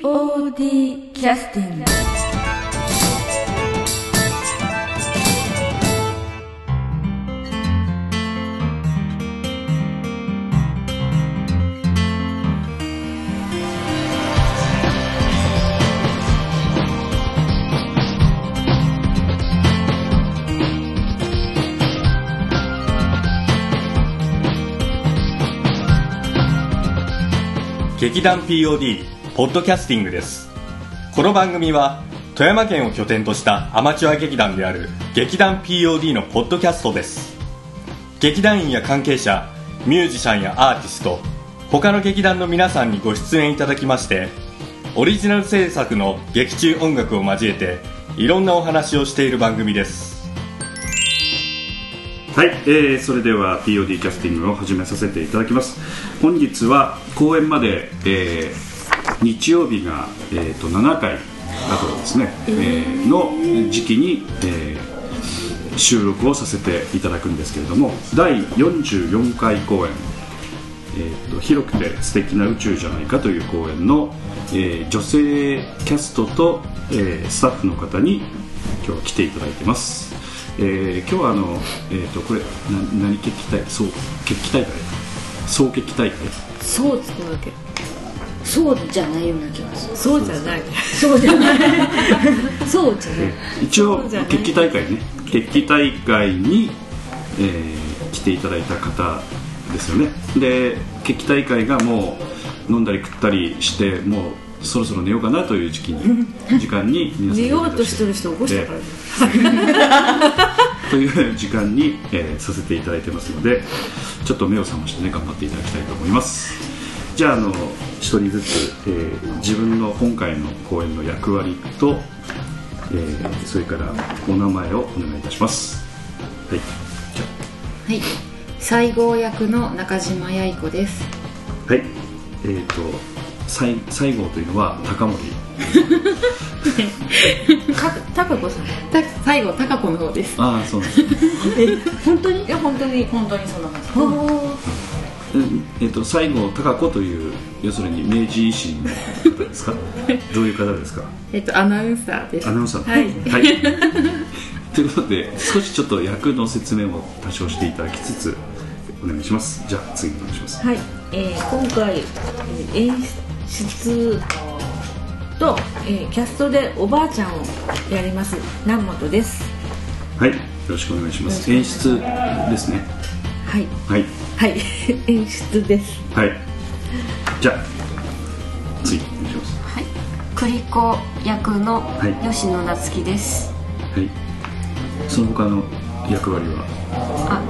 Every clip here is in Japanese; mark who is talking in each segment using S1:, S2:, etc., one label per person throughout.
S1: POD キャスティング
S2: 劇団 POD ポッドキャスティングですこの番組は富山県を拠点としたアマチュア劇団である劇団 POD のポッドキャストです劇団員や関係者ミュージシャンやアーティスト他の劇団の皆さんにご出演いただきましてオリジナル制作の劇中音楽を交えていろんなお話をしている番組です
S3: はい、えーそれでは POD キャスティングを始めさせていただきます本日は公演まで、えー日曜日が、えー、と7回あとですね、えーの時期に、えー収録をさせていただくんですけれども第44回公演えーと広くて素敵な宇宙じゃないかという公演の、えー女性キャストと、えースタッフの方に今日は来ていただいてます、えー今日はあの、えー、とこれな何決起大会そう決起大会総決起大会
S4: そうつくわけ
S1: そうじゃないような気がする
S4: そうじゃない
S1: そうじゃないそうじゃない
S3: 一応
S4: そうじゃない
S3: 決起大会ね決起大会に、えー来ていただいた方ですよねで決起大会がもう飲んだり食ったりしてもうそろそろ寝ようかなという時期に 時間に 皆さん
S4: 寝ようとしてる人起こしたからね
S3: という時間に、えーさせていただいてますのでちょっと目を覚ましてね頑張っていただきたいと思いますじゃああの一人ずつ、えー自分の今回の公演の役割と、えーそれからお名前をお願いいたしますはいじゃ
S5: はい、西郷役の中島八重子です。
S3: あはいえー、と西西郷というのは高森
S4: かたかこさん
S5: た西郷隆子の方です。
S3: ああそうなんですね
S4: 本当にいや本当に本当にそんな感じ
S3: うんえっと西郷隆子という要するに明治維新の方です かどういう方ですか
S5: えっとアナウンサーです
S3: ア。ナウンサーはい、という ことで少しちょっと役の説明も多少していただきつつお願いしますじゃあ次お願いします
S4: はい、えー今回えー演出と、えーキャストでおばあちゃんをやります南本です
S3: はいよろしくお願いします
S4: よ
S3: 演
S4: ろし
S3: 出ですね
S4: はい
S3: はい
S4: はい 演出です
S3: はいじゃあ次お願いします
S6: はい、栗子役の
S3: い
S6: 吉野夏樹です、
S3: はいその他の役割は
S6: あ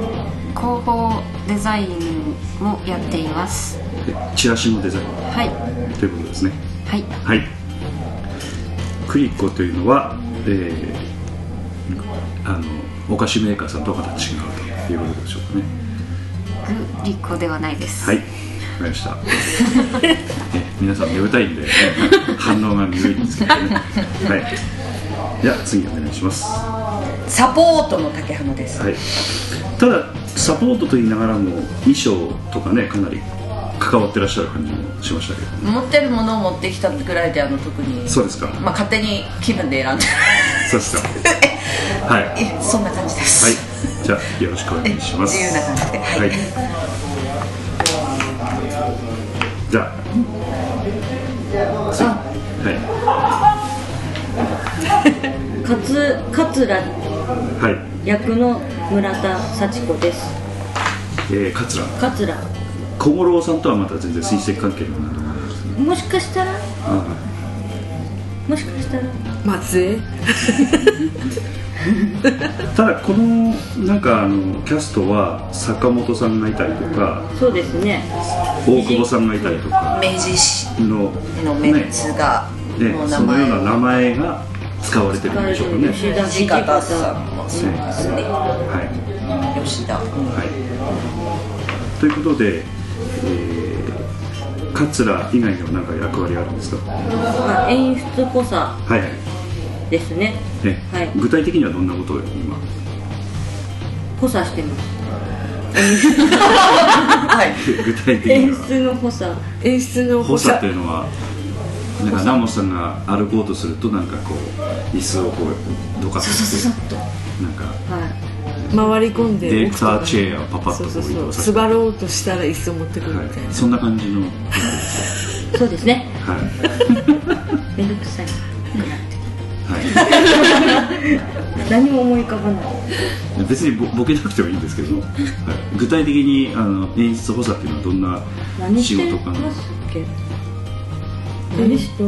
S6: 広報デザインもやっています
S3: えチラシのデザイン
S6: はい
S3: ということですね
S6: はい
S3: はいクリコというのは、えーあのお菓子メーカーさんとはまた違うということでしょうかね
S6: グリコではないです
S3: はい、わかりま した。え皆さん眠たいんで、反応が鈍いんですけど ね。はい。じゃあ次お願いします。
S7: サポートの竹浜です
S3: はい。ただサポートと言いながらも衣装とかねかなり関わってらっしゃる感じもしましたけどね。
S7: 持ってるものを持ってきたぐらいであの特に
S3: そうですか。
S7: まあ勝手に気分で選んで
S3: そうですか。はい。はい。
S7: えそんな感じです、
S3: じゃあよろしくお願いします。
S7: 自由な感じで
S3: は。
S7: はい
S3: じゃあ。次は
S1: かつ桂
S3: い。はい。
S1: 役の村田幸子です
S3: えー、桂
S1: 桂
S3: 小五郎さんとはまた全然親戚関係のない
S1: もしかしたら
S3: あ
S1: もしかしたら
S4: 松江
S3: あただこのなんかあのキャストは坂本さんがいたりとか
S1: そうですね
S3: 大久保さんがいたりとか
S7: 明治市
S3: の
S7: のメンツが、
S3: ね
S7: も
S3: ね
S7: う
S3: そ
S7: 名
S3: のよう
S7: 前
S3: な名前が使われてるんでしょうかねね
S1: 吉田
S7: 土
S1: 土
S7: 方
S1: 方
S7: さ
S1: さ
S7: ん
S1: ん
S7: も
S3: はい
S7: そうですね吉田、うん
S3: はいということで、えー、桂以外には何か役割あるんですかは
S1: まあ演出補佐
S3: いはい
S1: ですね
S3: ね、
S1: はい
S3: 具体的にはどんなことを今
S1: 補佐してます
S7: はい
S3: 具体的に
S1: 演
S3: は
S1: 出の補佐
S4: 演出の
S3: 補
S4: 補
S3: 佐
S4: 佐
S3: というのはなんか南本さんが歩こうとするとなんかこう椅子をこうどかすってなんか
S1: はい
S4: 回り込んで
S3: ディレク
S4: 奥
S3: タ
S4: とか
S3: ーチェアをパパッと
S4: そ
S3: こ
S4: う
S3: う
S4: そうそう
S3: 移動させて
S4: 座ろうとしたら椅子を持ってくるみたい
S3: は、
S4: ない
S3: そんな感じの、
S1: そうですね
S3: はい
S1: めんどくさい
S3: は
S1: 何も思い浮かばない
S3: い、別にボボケなくてもいいんですけ ど、はい、具体的にあの演出補佐っていうのはどんな
S1: 何して
S3: 仕事かな
S1: ますっけ
S4: えっと、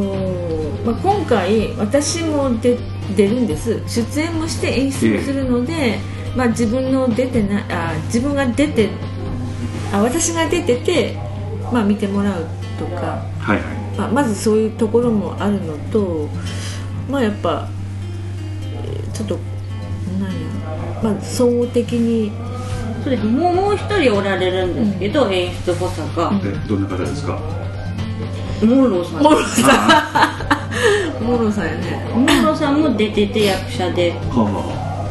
S4: まあ、今回私も出出るんです出演もして演出もするので、まあ、自分の出てないあ自分が出てあ私が出てて、まあ、見てもらうとか、
S3: はいは
S4: まあ、まずそういうところもあるのとまあやっぱえーちょっとなんや、まあ、総合的に
S1: そうですもうもう一人おられるんですけど、演出補佐が、
S3: いでどんな方ですか
S1: モンローさん
S4: モロさ
S3: あ
S4: ん モロさんやね
S1: モンローさんも出てて役者で
S3: ーはあは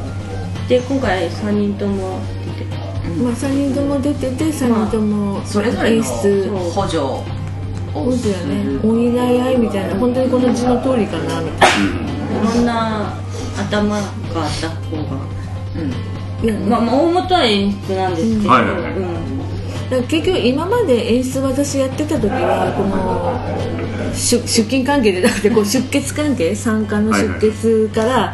S1: で今回3人とも出てて
S4: まあ、3人とも出てて3人とも
S7: それぞれの
S4: 演出
S7: 補助
S4: そ
S7: を
S4: う
S7: す
S4: だよね
S7: る
S4: 補い合いみたいな本当にこの字の通りかなみたい
S3: あ
S1: い
S3: うん
S1: ろんな頭があった方がま
S4: な、
S1: あ、まあ大元は演出なんですけど、
S3: はいはいは
S1: う
S3: い
S1: ん
S4: だから結局今まで演出私やってた時はこの出出勤関係でなくて こう出血関係産科の出血から、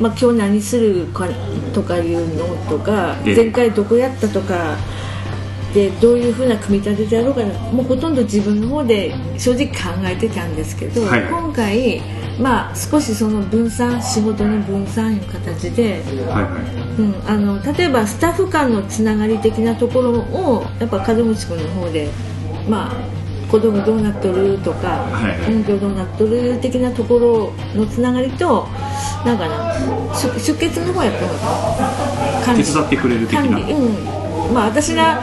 S4: まあ、今日何するかとかいうのとか
S3: ええ
S4: 前回どこやったとかでどういうふうな組み立てでやろうかなもうほとんど自分の方で正直考えてたんですけど、
S3: はいはい
S4: 今回、まあ、少しその分散仕事の分散いう形で。
S3: はいは
S4: うん、あの例えばスタッフ間のつながり的なところをやっぱ門口君の方で、まあ、子供どうなっとるとか
S3: はいはい
S4: 音響どうなっとる的なところのつながりとなんかな出出血の方やった方が
S3: い手伝ってくれる的
S4: 管
S3: な
S4: 理、うんまあ、私が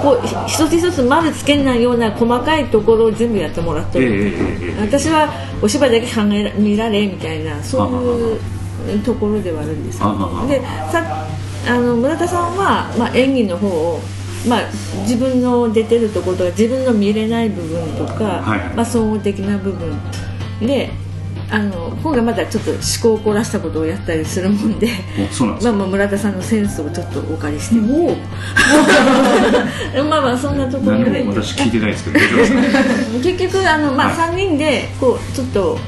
S4: こうひ一つ一つ丸つけないような細かいところを全部やってもらって
S3: えええ
S4: る、
S3: えええ
S4: 私はお芝居だけ考えら見られみたいなそういうところではあるんですけ
S3: あはは
S4: どでさあの村田さんは、まあ、演技の方を、まあ、自分の出てるところとか自分の見れない部分とか、
S3: はいはい
S4: まあ、総合的な部分であの今回まだちょっと思考を凝らしたことをやったりするもんで。
S3: おそうなんです
S4: まあ、
S3: か、
S4: まあ村田さんのセンスをちょっとお借りし てもまあまあそんなところ
S3: 何
S4: で
S3: も私聞いてないですけど大丈夫ですか
S4: 結局あの、まあ、
S3: は
S4: 3人でこうちょっと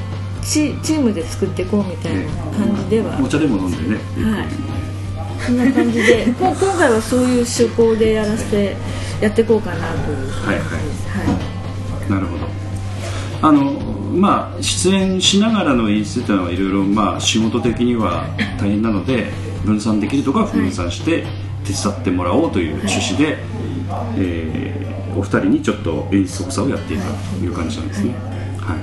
S4: チチームで作っていこうみたいな感じでは、
S3: お茶でも飲んでね、
S4: はいそんな感じで こう今回はそういう趣向でやらせてやっていこうかなという、
S3: はいはい
S4: は
S3: なるほどあのまあ出演しながらの演出というのはいろいろまあ仕事的には大変なので分散できるとこは分散して手伝ってもらおうという趣旨で、えーお二人にちょっと演出補佐をやっていたという感じなんですね、は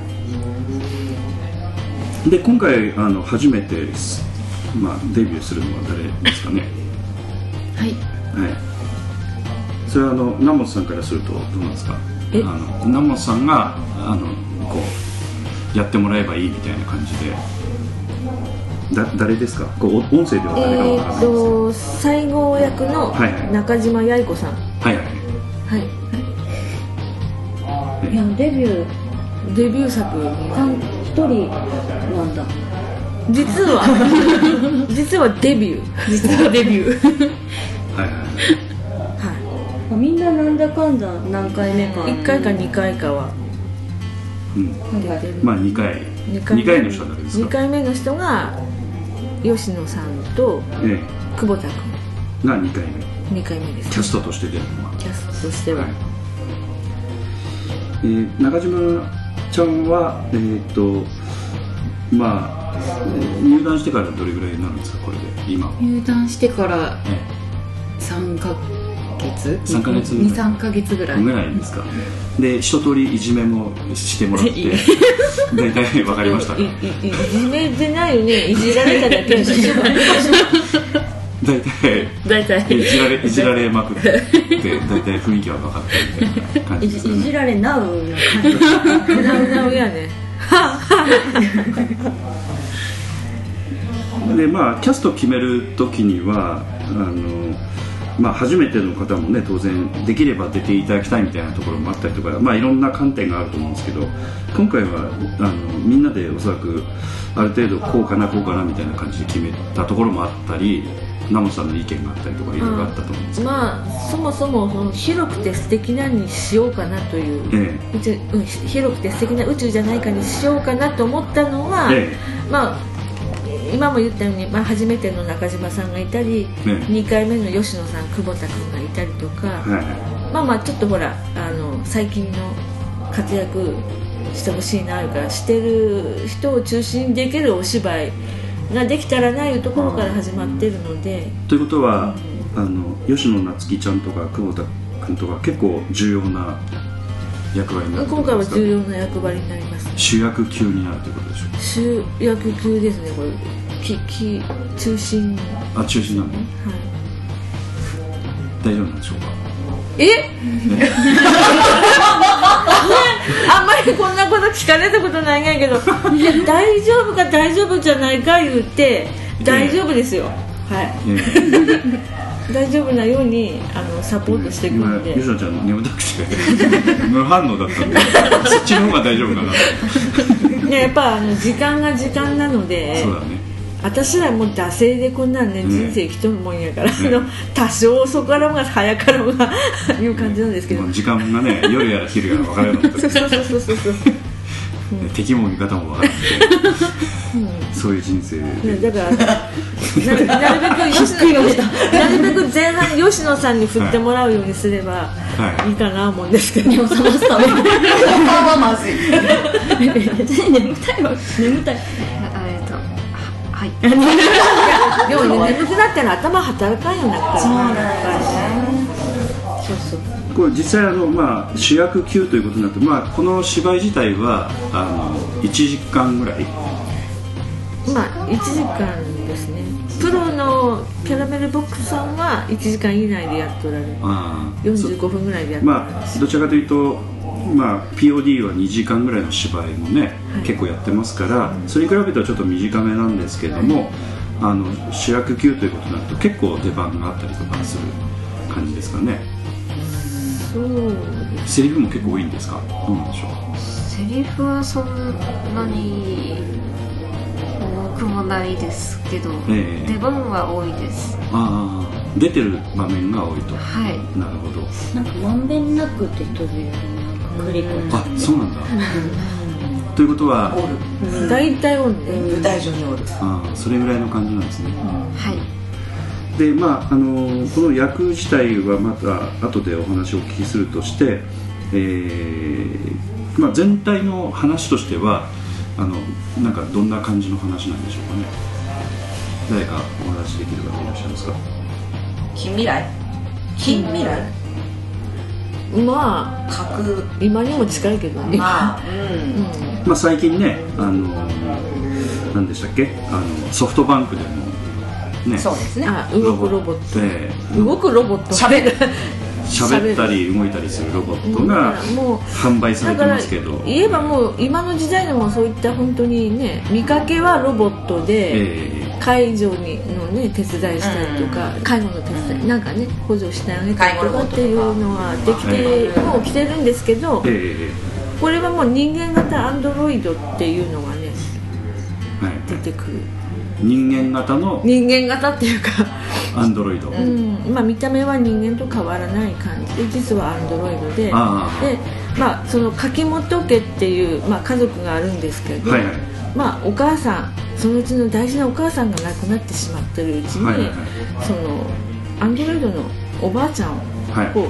S3: い、で今回あの初めてです、まあ、デビューするのは誰ですかね
S5: はい
S3: はい、それはあの南本さんからするとどうなんですかあ
S4: え
S3: の南本さんがあのこうやってもらえばいいみたいな感じでだ誰ですかこうお音声では誰かわ
S4: え
S3: からない
S4: ーっ
S3: ですけど、
S4: と西郷役の
S3: はいはい
S4: 中島八重子さん
S3: はいはい
S4: はい、
S1: いやデビュー
S4: デビュー作
S1: 単一人なんだ
S4: 実 は実はデビュー実はデビュー
S3: はいはいはい
S4: は
S1: みんななんだかんだ何回目か
S4: い1回か2回かは
S3: うん
S4: 出てる
S3: まあ2回
S4: 二
S3: 2
S4: 回
S3: 回
S4: 目
S3: の人は誰です
S4: 2
S3: か
S4: 回目の人が吉野さんと
S3: え
S4: 久保田
S3: えが2回目
S4: 君2回目です
S3: キャストとして出るのは
S4: キャストとしては、
S3: はいえー中島ちゃんはえーっとまあえー入団してからどれぐらいになるんですかこれで今は
S5: 入団してから
S3: ええ
S5: 3ヶ月
S3: 3ヶ月ぐらい
S5: 23ヶ月ぐらい
S3: ぐらいですかで一通りいじめもしてもらって大体分かりましたか
S4: いいいいじめてないよねいじられただけでしょ
S3: 大体
S4: 大体
S3: いじられいじられまくって大体雰囲気は分かってるみたいな感
S1: い
S3: じ
S1: じ
S3: ですか
S1: いじ
S3: ね
S1: られなう な 感じ
S4: うなうなうやね
S3: でまあキャスト決める時にはあのまあ、初めての方もね当然できれば出ていただきたいみたいなところもあったりとか、まあ、いろんな観点があると思うんですけど今回はあのみんなでおそらくある程度こうかなこうかなみたいな感じで決めたところもあったりナモさんの意見があったりとかいろいろあったと思うんですけど、
S4: まあそもそもその広くて素敵なにしようかなという、
S3: え
S4: 宇宙うん、広くて素敵な宇宙じゃないかにしようかなと思ったのは、
S3: ええ
S4: まあ今も言ったように、まあ、初めての中島さんがいたり、
S3: ええ
S4: 2回目の吉野さん久保田君がいたりとか、
S3: えは
S4: まあまあちょっとほらあの最近の活躍してほしいなあるからしてる人を中心にできるお芝居ができたらないうところから始まってるので
S3: い、ということはあの吉野夏樹ちゃんとか久保田君とか結構重要な役割になるってこ
S4: 今
S3: と
S4: 回
S3: で
S4: は
S3: すか
S4: 重要な役割になります
S3: 主役級になるということでしょう
S4: 主役級ですねこれきき中心に、は
S3: かあ中心なの
S4: い、
S3: 大丈夫なんでしょ うか
S4: えあんまりこんなこと聞かれたことないんやけ どいや大丈夫か大丈夫じゃないか言うて大丈夫ですよはい
S3: ええ
S4: 大丈夫なようにあのサポートしていく
S3: 今
S4: ので、
S3: 吉野ちゃん眠たくて 無反応だったんでそっちの方が大丈夫かな
S4: ね、やっぱあの時間が時間なので
S3: そうだね
S4: 私らもう惰性でこんなんね、
S3: うん
S4: 人生生きとるもんやから、
S3: うん
S4: あの多少遅からもが早からもがいう感じなんですけど、
S3: もう時間が ね夜やら昼やら分からなかった
S4: そうそうそうそうそうそう、
S3: 敵も味方も分からなくてそういう人生
S4: ね、
S3: で
S4: だからななるべく吉野なるべく前半吉野さんに振ってもらうようにすれば
S3: はい
S4: いいかなもんですけど、
S1: 収まったわ
S7: はまずい
S1: 眠たいわ眠たい
S6: あえっとははい
S4: でもね眠くなったら頭働かんようになったらそうなんそうそう
S3: これ実際あの、まあ、主役級ということになって、まあ、この芝居自体はあの1時間ぐらい
S4: まあ1時間ですねプロのキャラメルボックスさんは1時間以内でやっとられる
S3: あーそ
S4: 45分ぐらいでやっとられる、
S3: まあ、どちらかというと、まあ、POD は2時間ぐらいの芝居もね、結構やってますからそれに比べるとちょっと短めなんですけれども、あの主役級ということになると結構出番があったりとかする感じですかね
S4: そう
S3: セリフも結構多いんですかどうなんでしょう
S6: セリフはそんなに多くもないですけど、
S3: ええ
S6: 出番は多いです
S3: ああ出てる場面が多いと
S6: はい
S3: なるほど
S1: なんかまんべんなくって飛ぶような繰り返し
S3: あそうなん だということは
S7: おる
S4: 大体音で、
S7: 舞台上におる
S3: あーそれぐらいの感じなんですね、
S6: はい
S3: でまああのこの役自体はまた後でお話をお聞きするとして、えーまあ、全体の話としてはあのなんかどんな感じの話なんでしょうかね誰かお話しできる方いらっしゃいますか
S7: 近未来近未来
S4: まあ
S7: 架
S4: 今にも近いけどね、
S7: 空まあ
S4: うん、
S3: まあ、最近ねあの何でしたっけあのソフトバンクでもね
S7: そうですね
S4: あ動くロボット、
S3: ええ
S4: 動くロボット喋る
S3: 喋ったり動いたりするロボットが
S4: もう
S3: 販売さ
S4: だ
S3: れて
S4: か
S3: ま
S4: ら
S3: すけど
S4: 言えばもう今の時代でもそういった本当にね見かけはロボットで、
S3: ええ
S4: 介助にのね手伝いしたりとか、介護の手伝い、なんかね補助してあげたりとかっていうのはできて、もう来てるんですけど、
S3: ええ
S4: これはもう人間型アンドロイドっていうのがね
S3: えはい、
S4: 出てくる
S3: 人間型の
S4: 人間型っていうか、
S3: アンドロイド、
S4: うんまあ、見た目は人間と変わらない感じで実はアンドロイドで。
S3: ああ
S4: でまあ、その柿本家っていう、まあ、家族があるんですけど、
S3: はいはい
S4: まあ、お母さんそのうちの大事なお母さんが亡くなってしまってるうちに、
S3: はいはいはい
S4: そのアンドロイドのおばあちゃんを、
S3: はい
S4: こう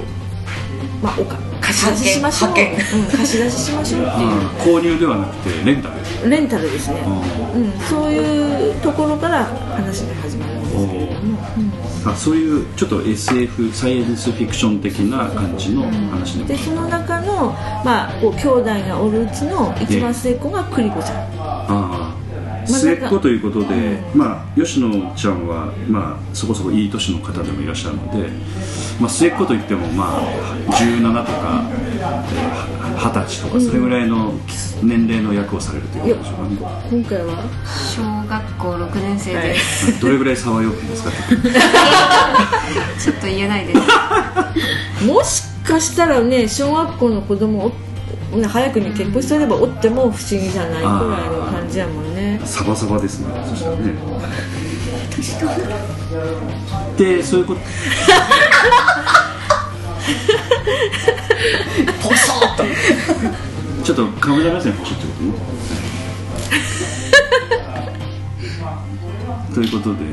S4: まあ、おか貸し出ししましょう、うん、
S7: 派遣
S4: 貸し出ししましょうって
S3: ああ購入ではなくてレンタル
S4: いうレンタルですね、
S3: あ
S4: うん、そういうところから話が始まるんですけれども、
S3: あそういうちょっと SF サイエンスフィクション的な感じの話
S4: うん
S3: で
S4: で
S3: も
S4: その中の、まあ、こう兄弟がおるうちの一番末っ子が栗子ちゃん
S3: ああ
S4: まあ
S3: 末っ
S4: なん
S3: 子
S4: か
S3: ということで、まあ、吉野ちゃんは、まあ、そこそこいい年の方でもいらっしゃるので、まあ、末っ子といっても、まあ、17とかえー20歳とかそれぐらいの年齢の役をされるということでしょうかね、
S4: 今回は
S6: 小学校6年生です、
S3: どれぐらい差はよくですか
S6: ちょっと言えないです
S4: もしかしたらね小学校の子供をね早くに結婚してればおっても不思議じゃないくらいの感じやもんね
S3: サバサバですねそしたらねでそういうこと
S7: ポソッと
S3: ちょっとカメラ目線欲しいってことねということでね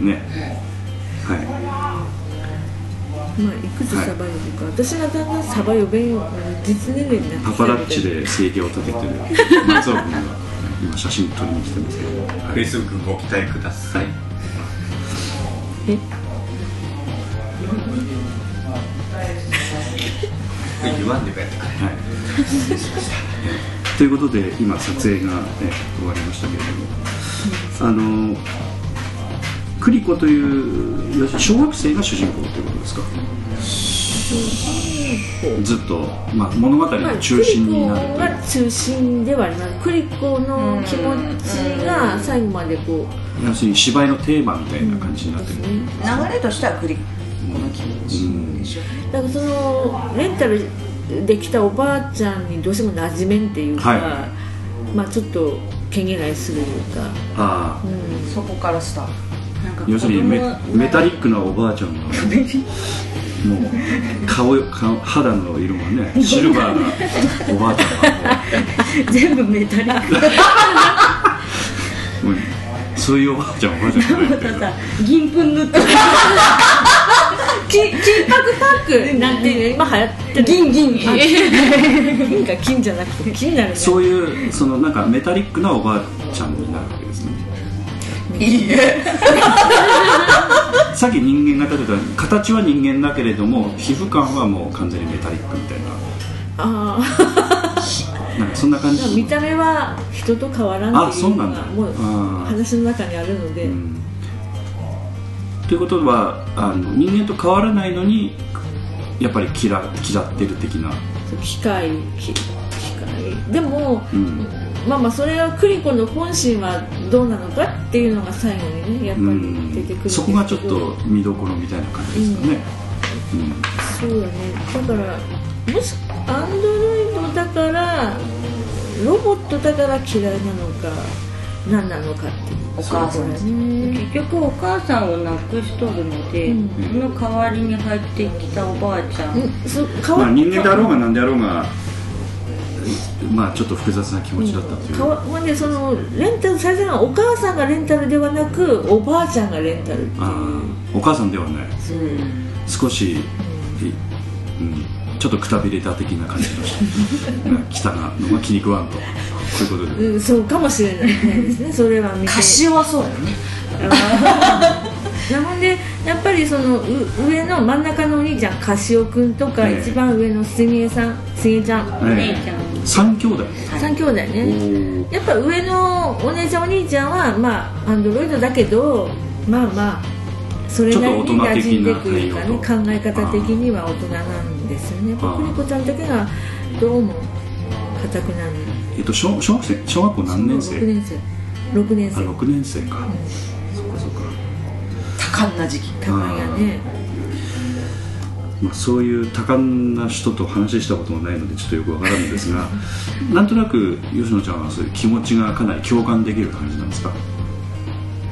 S3: はい
S4: まあいくつサバ呼ぶか、私がだんだんサバ呼べんように実年齢にな
S3: パ
S4: ってきた
S3: パ
S4: みたい
S3: ラッチで生計を立ててる松尾君が今写真撮りに来てますけど、はい、
S2: Facebook ご期待ください
S4: え
S2: 言わんでもやってくれ
S3: はい、ということで今撮影が、ね、終わりましたけれどもあのクリコという小学生が主人公ということですかずっと、まあ、物語
S4: まあ
S3: の中心になる
S4: ク
S3: と
S4: リ
S3: いう
S4: コが中心ではありますクリコの気持ちが最後までこう
S3: 要するに芝居のテーマみたいな感じになってる、
S7: 流れとしてはクリこの気持ちでしょ
S4: だからそのレンタルできたおばあちゃんにどうしても馴染めんっていうか、
S3: は
S4: まあちょっと毛嫌いするというか、
S3: ああ
S4: うん
S7: そこからスタート
S3: 要するにメメタリックなおばあちゃんがもう顔よ顔肌の色がねシルバーなおばあちゃんがもう
S4: 全部メタリック
S3: うんそういうおばあちゃんおばあちゃんじゃないんだけど
S4: だ銀粉塗って金箔パックなんていうの今流行ってる銀銀銀が金じゃなくて金なのね
S3: そういうそのなんかメタリックなおばあちゃんになるわけですね
S7: いいえ
S3: さっき人間が例えた形は人間だけれども皮膚感はもう完全にメタリックみたいな
S4: ああ
S3: なんかそんな感じ
S4: 見た目は人と変わらないっていうのが
S3: あそう
S4: も
S3: な
S4: うん
S3: だあー
S4: 話の中にあるので、
S3: うんということはあの人間と変わらないのにやっぱり嫌嫌ってる的な、
S4: 機械機機械でも
S3: うん
S4: まあまあそれはクリコの本心はどうなのかっていうのが最後にねやっぱ
S3: う
S4: り出てくるん
S3: ん、
S4: ですけど
S3: そこがちょっと見どころみたいな感じですかね、うん
S4: そうだねだからもしアンドロイドだからロボットだから嫌いなのか何なのかっていう
S7: お母さんです
S1: 結局お母さんを亡くしとるので、
S4: うん
S1: その代わりに入ってきたおばあちゃん、
S4: うんそう変
S3: ま
S4: わ
S3: あ、人間であろうが何であろうが、まあ、ちょっと複雑な気持ちだったという、
S4: 変わまあねそのレンタルされたのはお母さんがレンタルではなくおばあちゃんがレンタルっていう
S3: あーお母さんではない少し、うん、ちょっとくたびれた的な感じの人うん来たなのが気に食わんとそういうことで
S4: うん、そうかもしれないですねそれは見て
S7: カシオはそうだよね
S4: なのでやっぱりそのう上の真ん中のお兄ちゃんカシオくんとか、
S3: ええ
S4: 一番上の杉江さん杉江ちゃん、
S1: お
S3: え
S1: 姉ちゃん
S3: え三兄弟
S4: 三兄弟
S3: お
S4: ね
S3: ー
S4: やっぱ上のお姉ちゃんお兄ちゃんはまあアンドロイドだけどまあまあそれなりに馴染んでくるか
S3: ちょっと大人的な
S4: ね考え方的には大人なんですよねやっぱクリコちゃんだけがどうも硬くなる
S3: えっと、小小学生小学校何年
S4: 6
S3: 生
S4: 年生6年
S3: あ
S4: 生
S3: 6年生か、そっかそっか、
S7: 多感な時期
S4: 高いやね
S3: まあ、そういう多感な人と話したこともないのでちょっとよくわからんですがなんとなく吉野ちゃんはそういう気持ちがかなり共感できる感じなんですか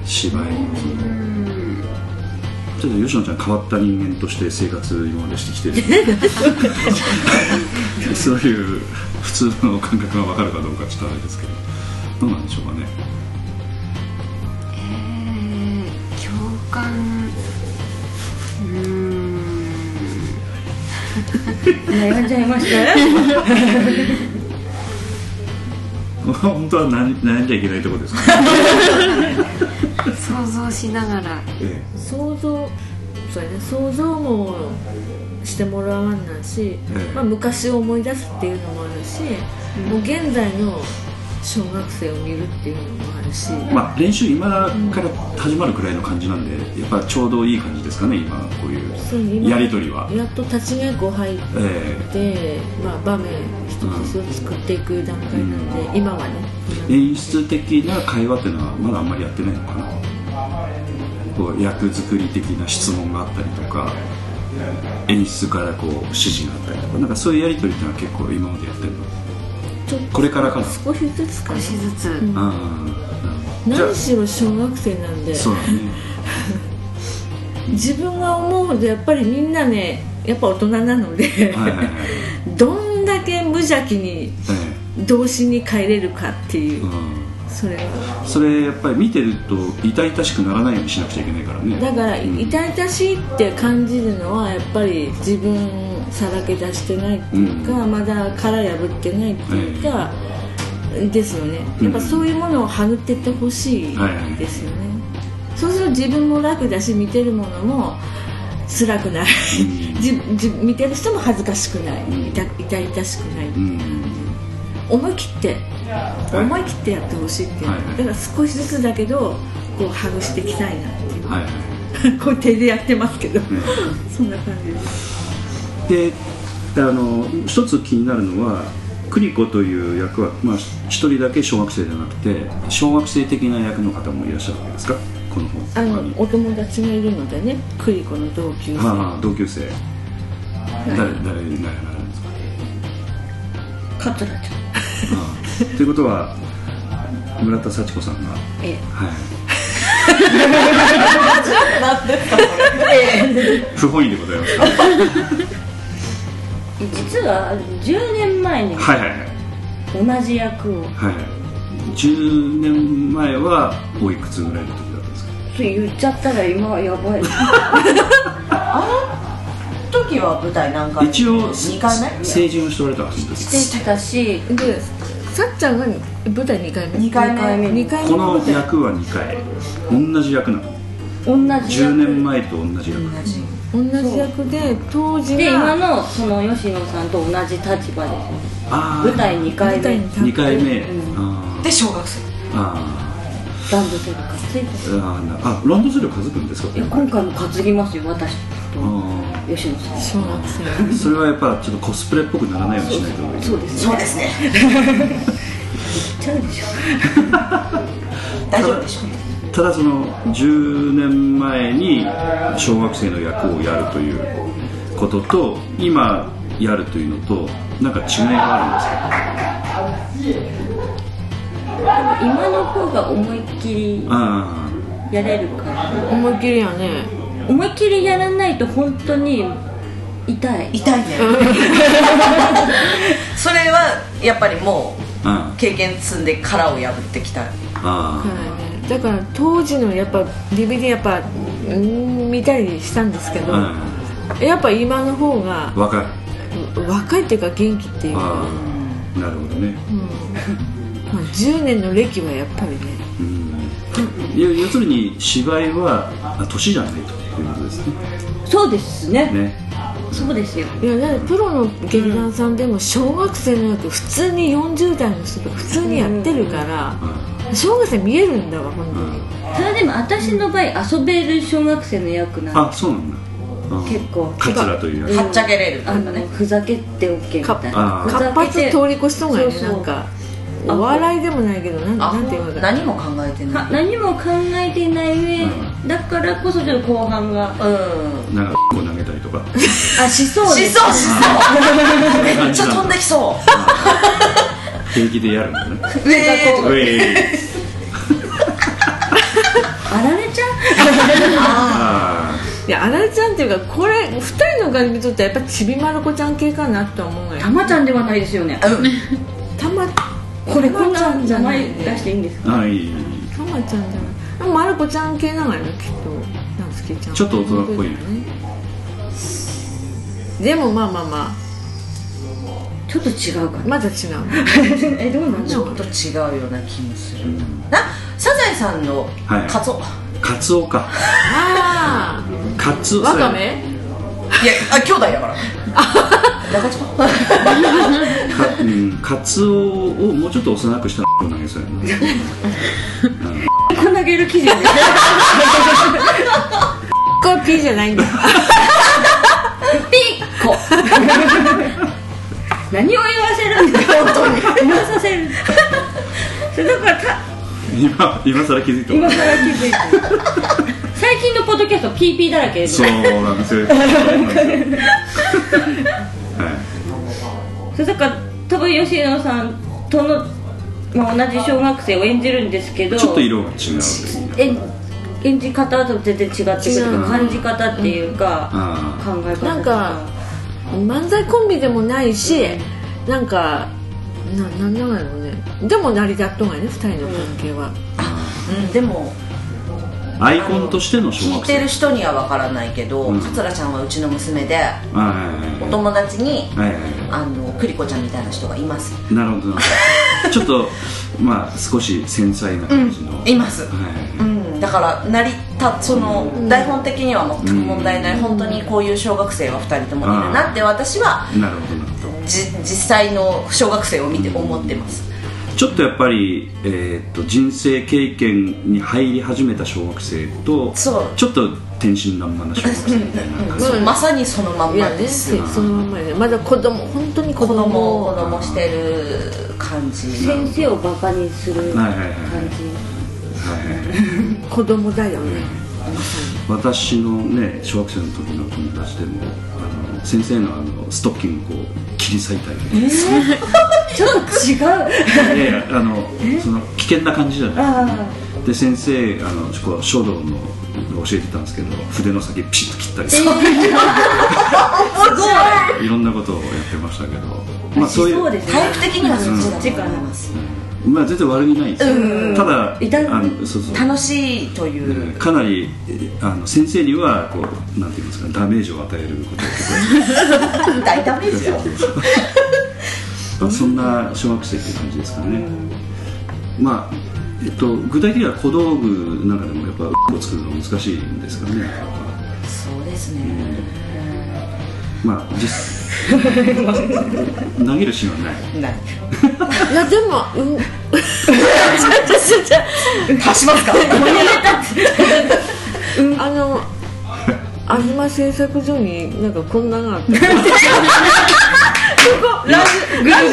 S3: 芝居ちょっと吉野ちゃん変わった人間として生活今までしてきてるそういう普通の感覚がわかるかどうかちょっとあれですけどどうなんでしょうかね
S6: えー共感うーん
S1: 悩んじゃいましたよ
S3: 本当は悩悩んじゃいけないところですか、ね
S6: 想像しながら
S3: え
S4: 想像そうやね想像もしてもらわんなんし、
S3: ええ
S4: まあ、昔を思い出すっていうのもあるし、もう現在の小学生を見るっていうのもあるし、
S3: まあ、練習今から始まるくらいの感じなんでやっぱちょうどいい感じですかね今こう
S4: そう
S3: いう
S4: 今
S3: やり取りは、
S4: やっと立ち稽古入っ
S3: え
S4: て、まあ、場面一つずつ作っていく段階なんで、今はね
S3: え演出的な会話っていうのはまだあんまりやってないのかなこう役作り的な質問があったりとか演出からこう指示があったりとかなんかそういうやり取りっていうのは結構今までやってるの
S4: ちょっと
S3: これからかな
S4: 少しずつか
S6: 少
S4: な
S6: しずつ、
S4: ん
S3: ああじゃ
S4: 何しろ小学生なんで
S3: あそうだね
S4: 自分が思うほどやっぱりみんなねやっぱ大人なので、
S3: はいはいはい、
S4: どんだけ無邪気に
S3: え
S4: 童心に帰れるかってい
S3: え
S4: う、
S3: うん
S4: それが
S3: それやっぱり見てると痛々しくならないようにしなくちゃいけないからね
S4: だから
S3: うん
S4: 痛々しいって感じるのはやっぱり自分さらけ出してないっていうか、まだ殻破ってないっていうか、ですよねやっぱそういうものを育ってってほしいですよね、そうすると自分も楽だし見てるものも辛くない
S3: うん
S4: じじ見てる人も恥ずかしくない
S3: うん
S4: 痛痛々しくない、
S3: うん
S4: 思い切って思い切ってやってほしいっていう、
S3: はいはい
S4: だから少しずつだけどこうハグしていきたいなっていう、
S3: はいは
S4: こう手でやってますけど、
S3: ね
S4: そんな感じです
S3: いであの一つ気になるのは栗子という役は、まあ、一人だけ小学生じゃなくて小学生的な役の方もいらっしゃるわけですかこの
S4: あ
S3: 本
S4: の、
S3: に
S4: お友達がいるのでね栗子の同級生、
S3: ああ同級生誰誰誰になられるんですか
S1: 桂ちゃん
S3: ああということは村田幸子さんが、
S1: ええ
S3: はい不本意でございます
S1: 実は10年前に
S3: はいはいはい
S1: 同じ役を
S3: はい10年前はおいくつぐらいの時だったんですか
S1: それ言っちゃったら今はや ばい
S7: 時は舞台何回
S3: 一応
S7: 2回目
S3: 成人をしておられたはずで
S1: し
S3: す
S1: てきたし
S4: でさっちゃんが舞台2回目
S7: 二回目
S4: 2回目
S3: こ
S4: の
S3: の
S4: 舞台
S3: 役は2回同じ役なの
S1: 同じ役
S3: 10年前と同じ役
S4: 同じ役で当時
S1: で今
S4: は
S1: のその吉野さんと同じ立場です
S3: あ
S1: 舞台2回
S4: 舞
S1: 目
S4: 台に立って
S3: 2回目あー
S7: で小学生
S3: あ
S1: ランドセル担いで
S3: ーあーなあランドセルを担ぐんですか
S1: いや今回も担ぎますよ私と
S3: あ
S1: 吉野さん
S4: 小学生
S3: ーそれはやっぱちょっとコスプレっぽくならないようにしないと
S1: そうですね
S7: そうですね
S1: 言っちゃうでしょ
S7: 大丈夫でしょう
S3: ただその10年前に小学生の役をやるということと今やるというのとなんか違いがあ
S1: 今の方が思いっきり
S3: るんですか
S1: やれるから
S4: 思いっきりやね
S1: 思いっきりやらないと本当に痛い
S7: 痛いねそれはやっぱりも
S3: ああ
S7: う経験積んで殻を破ってきた
S3: あ
S4: はいねだから当時のやっぱ DVD やっぱうん見たりしたんですけど、
S3: あ
S4: やっぱ今の方が
S3: うんわかる
S4: 若いっていうか元気っていうか、
S3: ああなるほどね
S4: うんまあ、10年の歴はやっぱりね
S3: うん要要するに芝居はあ年じゃないということです
S1: そうですね
S3: ねね
S1: そうですよ
S4: いやだってプロの劇団さんでも小学生の役普通に40代の人が普通にやってるから、
S3: あ
S4: 小学生見えるんだわ本当に、
S1: それでも私の場合遊べる小学生の役なん
S3: あそうなんだああ
S1: 結構
S3: 桂という役
S7: はっちゃけれる
S1: あのねふざけて OK み
S4: か
S1: たいな
S3: あー
S1: ふ
S4: 活
S1: ざけ
S4: 発
S1: て
S4: 通り越しそうがね
S1: そうそう
S4: なんかお笑いでもないけどなん
S7: あ
S4: なんていうのかな
S7: 何も考えて
S1: か
S7: ない
S1: 何も考えてない上だからこそちょっと後半が
S7: うん
S3: なんかこう投げたりとか
S1: あしそう
S7: し
S1: です
S7: そうしそうめっちゃ飛んできそ
S3: 平気でやるんだ ね
S7: うえ
S3: うえい
S1: あられちゃう
S3: あ
S4: いやあられちゃんっていうかこれ2人の感じ見とったらやっぱちびまる子ちゃん系かなとは思うのよ
S1: たまちゃんではないですよね
S4: たま
S1: これこん
S4: た
S1: な
S4: まちゃんじ
S1: 名
S4: ゃない
S1: 前出していいんですか
S3: ああいい
S4: たまちゃんじゃないでもまる子ちゃん系なのよねきっとなんすけちゃん
S3: ちょっと大人っぽい
S4: ねでもまあまあま
S1: ちょっと違うか
S4: あまだ違う
S1: なえどうなんだ
S7: ち
S1: ろ
S7: ょ
S1: う
S7: っと違うような気もするなサザエさんの
S3: はい
S7: カツオ
S3: カツオか
S4: あ
S3: カツ
S4: あ
S3: オ
S4: わかめ
S7: いやあ兄弟だから中島
S3: かうんカツオをもうちょっと幼くしたらを投げそうや な
S1: こんだける記事で
S4: これ P じゃないんだ
S1: ピッコ 何を言わせるんだ本当に言わさせる それだからた
S3: 今今更気づいた
S1: 今から気づいた最近のポッドキャスト PP だらけです
S3: そう
S1: よ
S3: なん ですよはい
S1: それだから多分吉野さんとの、まあ、同じ小学生を演じるんですけど
S3: ちょっと色が違う
S1: 演演じ方と全然違ってくると
S4: 違う
S1: か感じ方っていうか、
S3: あ
S1: 考え方と
S4: なんか漫才コンビでもないしなんかななんだろうねでも成り立っとんがね二人の関係は、
S7: うん、でも
S3: ーアイコンとしての小
S7: 聞い
S3: 学
S7: てる
S3: 生
S7: 人には分からないけど、
S3: うん
S7: 桂ちゃんはうちの娘で
S3: はい
S7: お友達に
S3: はいはいはいはい
S7: あの栗子ちゃんみたいな人がいます
S3: なるほどなるほどちょっとまあ少し繊細な感じの、
S7: います
S3: は、
S7: うん、だから成り立つその台本的には全く問題ない、本当にこういう小学生は2人ともいるなって私はい
S3: なるほどなるほど
S7: じ実際の小学生を見て思ってます、
S3: ちょっとやっぱり、えーっと人生経験に入り始めた小学生と
S7: そう
S3: ちょっと天真爛漫な小学生みたいな感じ、
S7: そうまさにそのまん
S4: い
S7: ま
S4: やね
S7: です
S4: そそのまんまやねまだ子供本当に子
S7: 子
S4: 供
S7: 供を
S4: を
S7: 子供してる感じ
S1: 先生をバカにする感
S3: はいはいはいはい
S1: じ
S3: はいはい
S4: 子供だよね
S3: 私のね小学生の時の友達でもあの先生のあのストッキングをこう切り裂いたりとか
S1: ちょっと違う
S3: いやいやあのその危険な感じじゃないで先生あのこう書道の教えてたんですけど筆の先ピシッと切ったりとか、いろんなことをやってましたけどまあそういう
S1: そうです
S7: 体
S1: ね
S7: 育的にはそっちだと思います、
S3: まあ全然悪気ないんですよ、ただ
S1: 痛い
S3: あのそうそう
S7: 楽しいという、
S3: かなりえあの先生にはこうなんていうんですかダメージを与えることを
S7: 大ダメージよ
S3: まあそんな小学生っていう感じですかね、まあえっと、具体的には小道具の中でもやっぱうんを作るのが難しいんですかね
S7: そうですね、
S3: まあ実 投げるシーンはない
S7: ない
S4: いやでも、うん、
S7: 足しますか
S4: あの東製作所になんか こんなのがあってラジラジ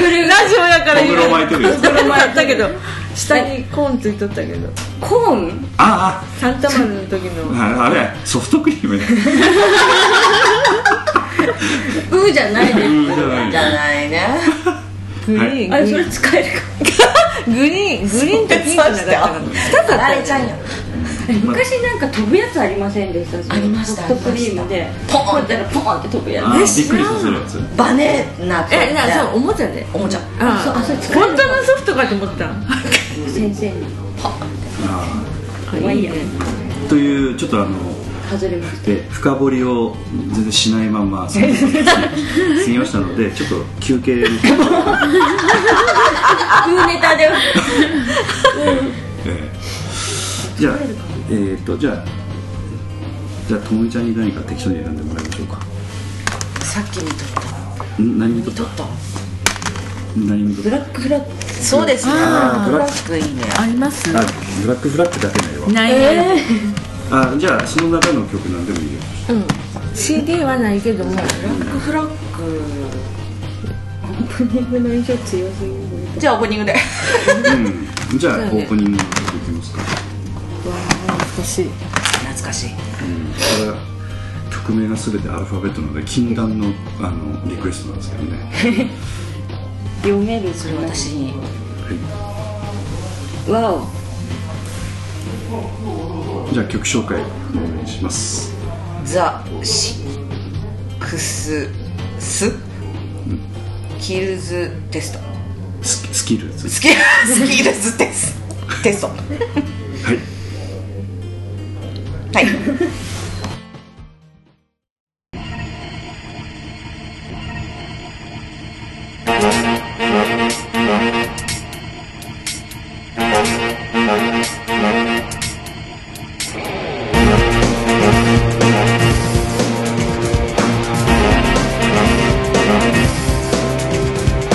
S4: オやから
S3: ほくろ巻いてるよ
S4: ほくろ巻いた けど下にコーンついとったけど
S1: コーン
S3: あ
S4: サンタマルの時の
S3: ああれソフトクリームだう
S1: うーじゃないです
S3: んじゃない
S7: じゃない ね
S4: グリーン、
S1: あ
S4: グ
S1: そ
S4: リ
S1: れ使えるか
S4: ーングリーングリーンとピンクなかったから2つあった
S7: あれ
S4: よ
S7: ちゃんよ
S1: 昔なんか飛ぶやつありませんでした
S7: ありました
S1: ソフトクリームで
S7: ポーン
S1: こ
S7: っ
S1: う
S7: て
S1: やったらポーンって飛ぶや
S3: あーびっくりさせるやつ
S7: バネーナって
S4: えなそうおもちゃで
S7: おもちゃ
S4: あ
S1: そうあそれ使える
S4: 本当のソフトかと思った
S1: つ先生に
S3: あ
S1: まあいいや
S3: ーというちょっとあの
S1: 外れまし
S3: え深掘りを全然しないまま 過ぎましたのでちょっと休 憩みたいな
S1: たうーネタでは
S3: ええじゃあ、えーっと、じゃあ、じゃあ、ともみちゃんに何か適当に選んでもらいましょうか。
S7: さっき見とった
S3: ん何見とっ
S7: 撮
S3: た
S7: った
S3: 何見とっ
S1: ブ
S3: た
S1: ラックフラッグ
S7: そうですね
S3: あーブ
S7: ブ
S3: ラ
S7: ラ
S3: ッ
S7: ックいいね
S4: あります
S3: あ、ブラックフラッグだけないわ。
S4: ない、
S3: あ、じゃあ、その中の曲なんでもいいよ。
S4: うん、CD はないけども
S7: フラッグ
S1: オープニングの印象強すぎる
S7: じゃあオープニングで
S3: うん。じゃあ、オープニングの曲いきますか。
S4: 欲しい
S7: 懐かし
S3: う
S7: い
S3: ん。これは曲名がすべてアルファベットなので、禁断の、あの、リクエストなんですけどね。
S1: 読める
S7: それ私に
S1: わお
S3: じゃあ、曲紹介お願いします。
S7: ザ・シックス・スキルズ・テスト
S3: スキスキルズ。
S7: スキルスキルズ・テストテスト
S3: はい。
S7: はい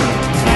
S3: 「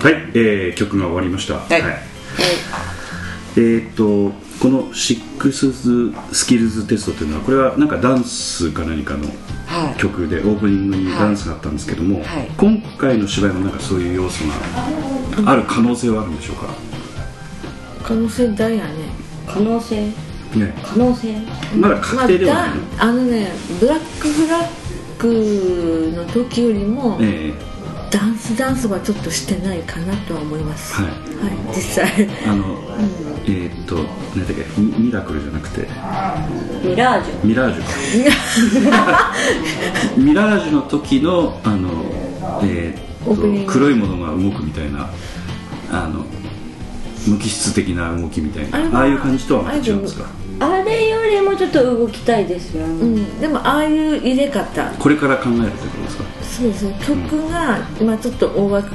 S3: はい、えー曲が終わりました。はいえーっとこのシックスズスキルズテストというのはこれはなんかダンスか何かの
S7: はい
S3: 曲でオープニングにダンスがあったんですけども、
S7: はい
S3: 今回の芝居もなんかそういう要素がある可能性はあるんでしょうか。
S4: 可能性大やね
S1: 可能性
S3: ね、
S1: 可能性
S3: まだ確定ではない。
S4: まあだあのねブラックフラッグの時よりも、
S3: ええ
S4: ダンスダンスはちょっとしてないかなとは思います
S3: はい
S4: 実際
S3: あの、えーっと何だっけミミラクルじゃなくて
S1: ミラージュ
S3: ミラージュか ミラージュの時のあの、え
S4: オープニン
S3: ーっと
S4: グ
S3: 黒いものが動くみたいなあの無機質的な動きみたい
S4: あれ
S3: な
S4: は
S3: ああいう感じとはまた違うんですか
S1: あれよりもちょっと動きたいですよ
S4: う
S1: ね
S4: ん、でもああいう入れ方
S3: これから考えるってことですか
S4: そうですね曲が今ちょっと大枠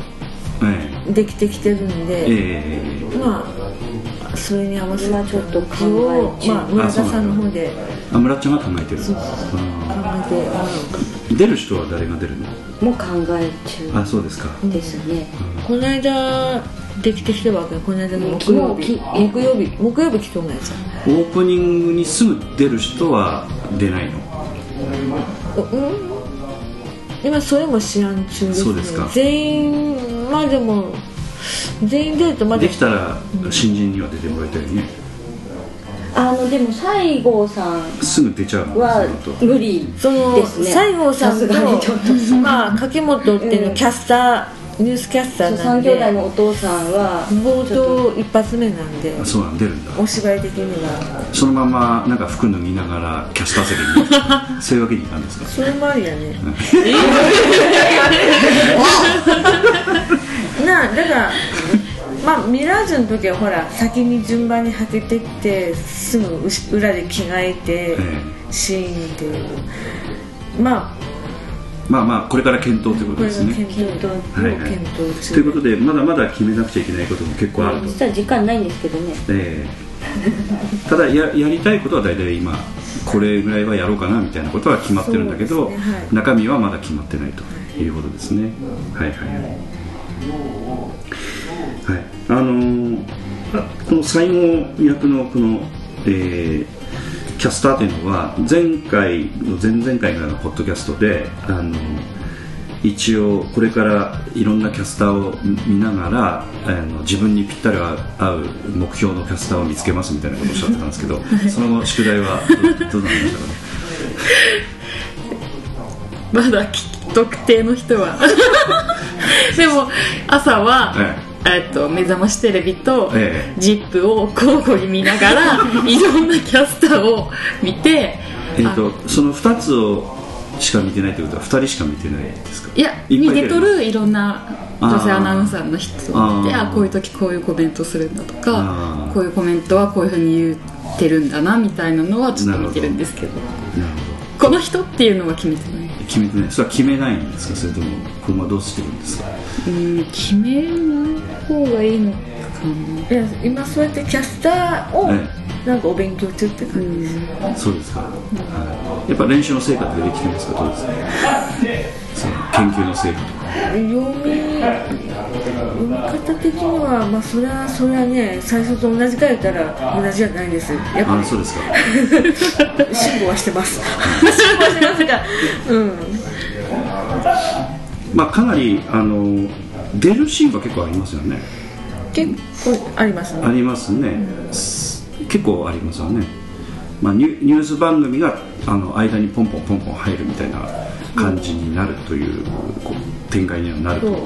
S3: え
S4: できてきてるん
S3: え
S4: で、
S3: ええ
S4: まあそれに合わせ
S1: 今ちょっと考え中
S4: を、まあ、村田さんの方で
S3: あ村ちゃんが考えてる
S4: 考
S3: あ
S4: えてもらおうか
S3: ー出る人は誰が出るの
S1: もう考え中
S3: あそうですか
S1: ですね
S4: この間できてきたわけこの間の木曜日
S1: 木曜日
S4: 木曜日木曜日来とんがやつ
S3: オープニングにすぐ出る人は出ないの
S4: おうん今それも試案中です,、ね、
S3: そうですか
S4: 全員まあでも全員出るとまだ
S3: できたら新人には出てもらいたいね
S1: あのでも西郷さん
S3: すぐ出ちゃうの
S1: は
S3: その後
S1: 無理
S4: その、
S1: ですね
S4: 西郷さん
S1: すがにちょっと
S4: とまあ掛本っていうのキャスター、ニュースキャスターな
S1: 三
S4: ん
S1: 兄弟
S4: で
S1: のお父さんは
S4: 冒頭一発目なんで
S3: あそうなん出るんだ
S4: お芝居的には
S3: そのままなんか服脱ぎながらキャスター席に行くそういうわけにいかん ですか
S4: それもありやね なあだからまあミラージュの時はほら先に順番にはけてってすぐうし裏で着替えて、
S3: え
S4: シーンっていうまあ
S3: まあまあこれから検討というこ
S4: ことれ
S3: で
S4: が
S3: す
S4: 検
S3: ね
S4: 討と
S3: はいはい
S4: 検討
S3: というこ
S4: 中
S3: とでまだまだ決めなくちゃいけないことも結構あると、
S1: 実は時間ないんですけどね
S3: ええただややりたいことは大体今これぐらいはやろうかなみたいなことは決まってるんだけど、
S4: そうですねはい
S3: 中身はまだ決まってないということですねはいはいはい、はい、あのーあこの西郷役のこの、えーキャスターというのは前回の前々回からのポッドキャストであの一応これからいろんなキャスターを見ながらあの自分にぴったり合う目標のキャスターを見つけますみたいなことをおっしゃってたんですけど、その宿題はどどうなりましたかね
S8: まだき特定の 人はでも朝 は、
S3: え
S8: えっと、目覚ましテレビと、
S3: ええ
S8: ジップを交互に見なが らいろんなキャスターを見て
S3: えー、とその2つをしか見てないということは2人しか見てないですか
S8: いや
S3: いっぱ
S8: 見
S3: い
S8: てとるいろんな女性アナウンサーの人を見て
S3: あ
S8: あ
S3: ー
S8: こういう時こういうコメントするんだと
S3: あ
S8: か
S3: ー
S8: こういうコメントはこういうふうに言ってるんだなみたいなのはちょっと見てるんですけど
S3: なるほど
S8: この人っていうのは決めてない
S3: 決めてないそれは決めないんですかそれとも今後どうしてるんですか
S8: うん決めない方がいいのか
S4: いや今そうやってキャスターを
S3: え
S4: なんかお勉強中って感じです、
S3: そうですか、はい、やっぱ練習の成果って出てきてますかどう ですかその研究の成果とか
S4: 読み読み方的にはまあそれはそれはね最初と同じかやったら同じじゃないですやっ
S3: あ
S4: ぱ
S3: そうですか
S4: り辛抱はしてます辛抱してますがうん
S3: まあかなりあの出るシーンは結構ありますよね
S4: 結構あります
S3: あ
S4: ね
S3: りますねす結構ありますよね、まあ、ニュニュース番組があの間にポンポンポンポン入るみたいな感じになるという,、こう展開にはなると
S4: そう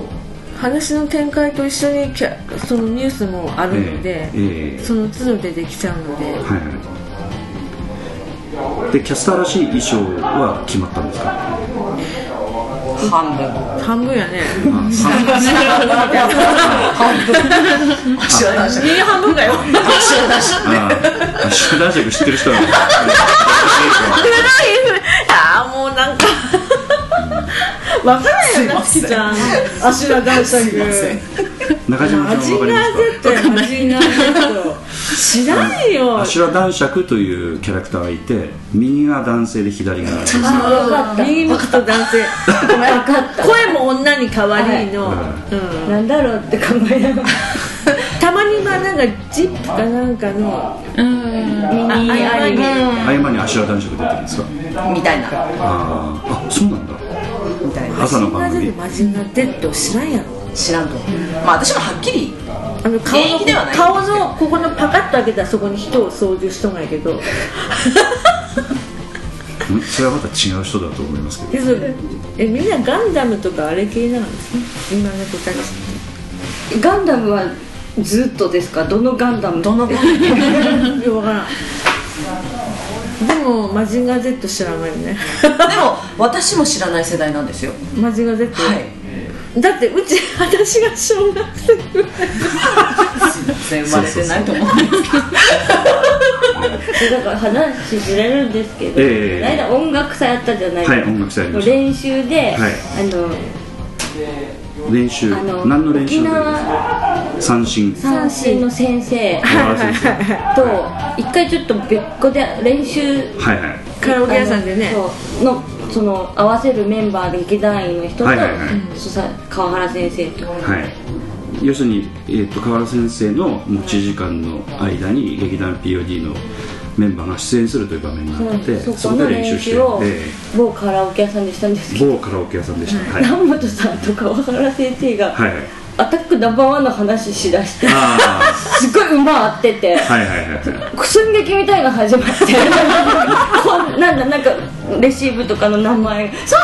S4: 話の展開と一緒にキャそのニュースもあるので、
S3: ええええ
S4: その都度出てきちゃうので
S3: はいはいでキャスターらしい衣装は決まったんですか
S7: 半分
S4: 半分やね
S7: 足は出し
S4: 右半分かよ
S7: 足は出し
S3: ああ、宿題塾知ってる人は。
S4: ああもうなんかわからないよなつきちゃん足が大したく
S3: 中島さん
S4: マ
S3: は
S4: ジ
S3: わ
S4: ン
S3: か
S4: ガ
S3: ります
S4: ー Z やマジンガー Z 知らんよ
S3: 頭男爵というキャラクターがいて右が男性で左が
S4: 右向くと男性声も女に変わりの、うん
S1: なんだろうって考えながら
S4: たまにまあなんかジップかなんかの
S5: うん
S4: ああアニメ
S3: 合間に頭男爵出てるんですか
S7: みたいな
S3: あーあそうなんだ
S7: みたいな
S3: 朝の
S4: マ
S3: 番
S4: ジで
S3: 組
S4: マジンガーデッド知らんやろ
S7: 知らんと思うまあ私もはっきり
S4: あの顔の
S7: 現役ではない
S4: 顔のここのパカッと開けたらそこに人を操縦しとんやけ ど
S3: うんそれはまた違う人だと思いますけど
S4: でそれえみんなガンダムとかあれ系なんですね今の子たち
S1: ガンダムはずっとですかどのガンダムどのガンダム
S4: いやわからんでもマジンガー Z 知らないよね
S7: でも私も知らない世代なんですよ
S4: マジンガー Z、
S7: はい
S4: だってうち私が小学生ぐらい
S7: 全然生まれてないと思う
S1: だから話ずれるんですけど、
S3: ええ
S1: この間音楽祭あったじゃないです
S3: は
S1: か、
S3: い音楽祭ありまし
S1: 練習で、あ
S3: はい
S1: の
S3: た練習
S1: あの
S3: 何の練習
S1: 沖
S3: だったんです
S1: 縄
S3: か三振
S1: 三振の先生
S3: は
S1: と
S3: いは
S1: 一回ちょっと別個で練習
S3: いはい
S4: カラオケ屋さんでね
S1: あのそうのその合わせるメンバーで劇団員の人と、
S3: はいはいはい
S1: そさ川原先生と
S3: はい、要するに、えー、と河原先生の持ち時間の間に劇団 POD のメンバーが出演するという場面があって
S1: そそこの練習を
S3: え
S1: 某カラオケ屋さんでしたんです
S3: え
S1: けど
S3: 某カラオケ屋さんでしたはい、はい
S1: 南本さんと川原先生が、
S3: はい、
S1: アタックナンバーワンの話しだして
S3: あ
S1: すごい馬合ってて
S3: あはいはいはいはい
S1: 寸劇みたいなの始まってこんなんだなんかレシーブとかの名前そうそう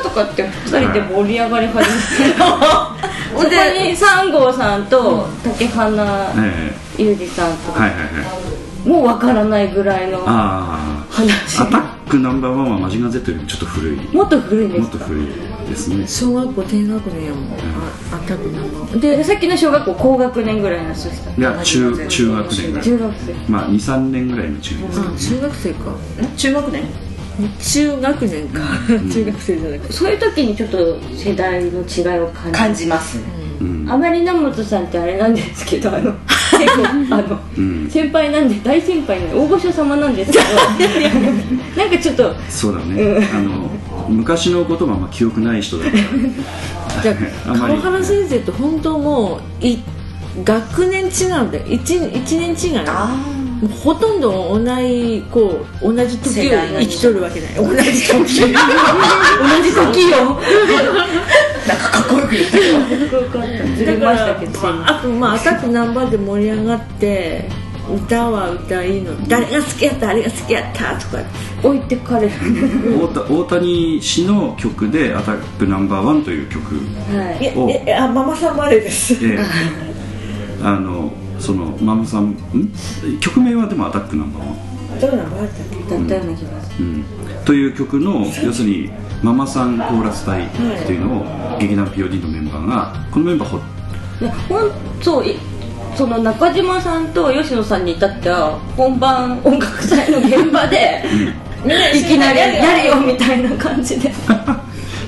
S1: そうとかって2人で盛り上がり始めてそこに三郷さんと竹花
S3: え
S1: ゆうじさんと
S3: え
S1: か
S3: はいはいはい
S1: もうわからないぐらいの
S3: あ
S1: 話
S3: あアタックナンバーワンはマジンガー Z よりもちょっと古いも
S1: もっと古いで
S3: っ
S1: す
S3: と古いですね
S4: 小学校低学年やもんああったくなもん
S1: でさっきの小学校高学年ぐらいの人でした
S3: いや中中学年ぐらい
S1: 中学生
S3: まあ23年ぐらいの中学です
S4: あ中学生か
S7: 中学年
S4: 中学年か 中学生じゃなくて
S1: そういう時にちょっと世代の違いを感じ
S7: 感じます
S3: うん
S1: あまり南本さんってあれなんですけどあの結構あの
S3: うん
S1: 先輩なんで大先輩の大御所様なんですけ どなんかちょっと
S3: そうだねあの昔のことがあんま記憶ない人だから
S4: じゃ
S3: あ
S4: あ
S3: んまり
S4: 川原先生と本当もうい学年違うんだよ 1, 年違い
S7: あ
S4: もうほとんど同じこう同じ時
S7: 世
S4: を
S7: 代が
S4: 生きとるわけない同じ時 同じ時よ
S7: あなんかかっこよく言ったけど
S1: ずれ
S4: だか
S1: ました
S4: ら
S1: けど
S4: まああとまあアタックナンバーで盛り上がって歌は歌いいの誰が好きやったあれが好きやったとか
S1: 置いてかれる
S3: 大田大谷氏の曲で「アタックナンバーワンという曲
S1: はいい
S4: や
S3: お
S4: えあママさんまでです
S3: であのそのマムさんん曲名はでも「アタックナンバーワン
S4: どうなんだったっけ
S1: だったような気がする
S3: うん、という曲の要するにママさんコーラス隊っていうのを劇団 POD のメンバーがこのメンバーほ
S1: いやほんそういその中島さんと吉野さんに至っては本番音楽祭の現場でいきなりやるよみたいな感じで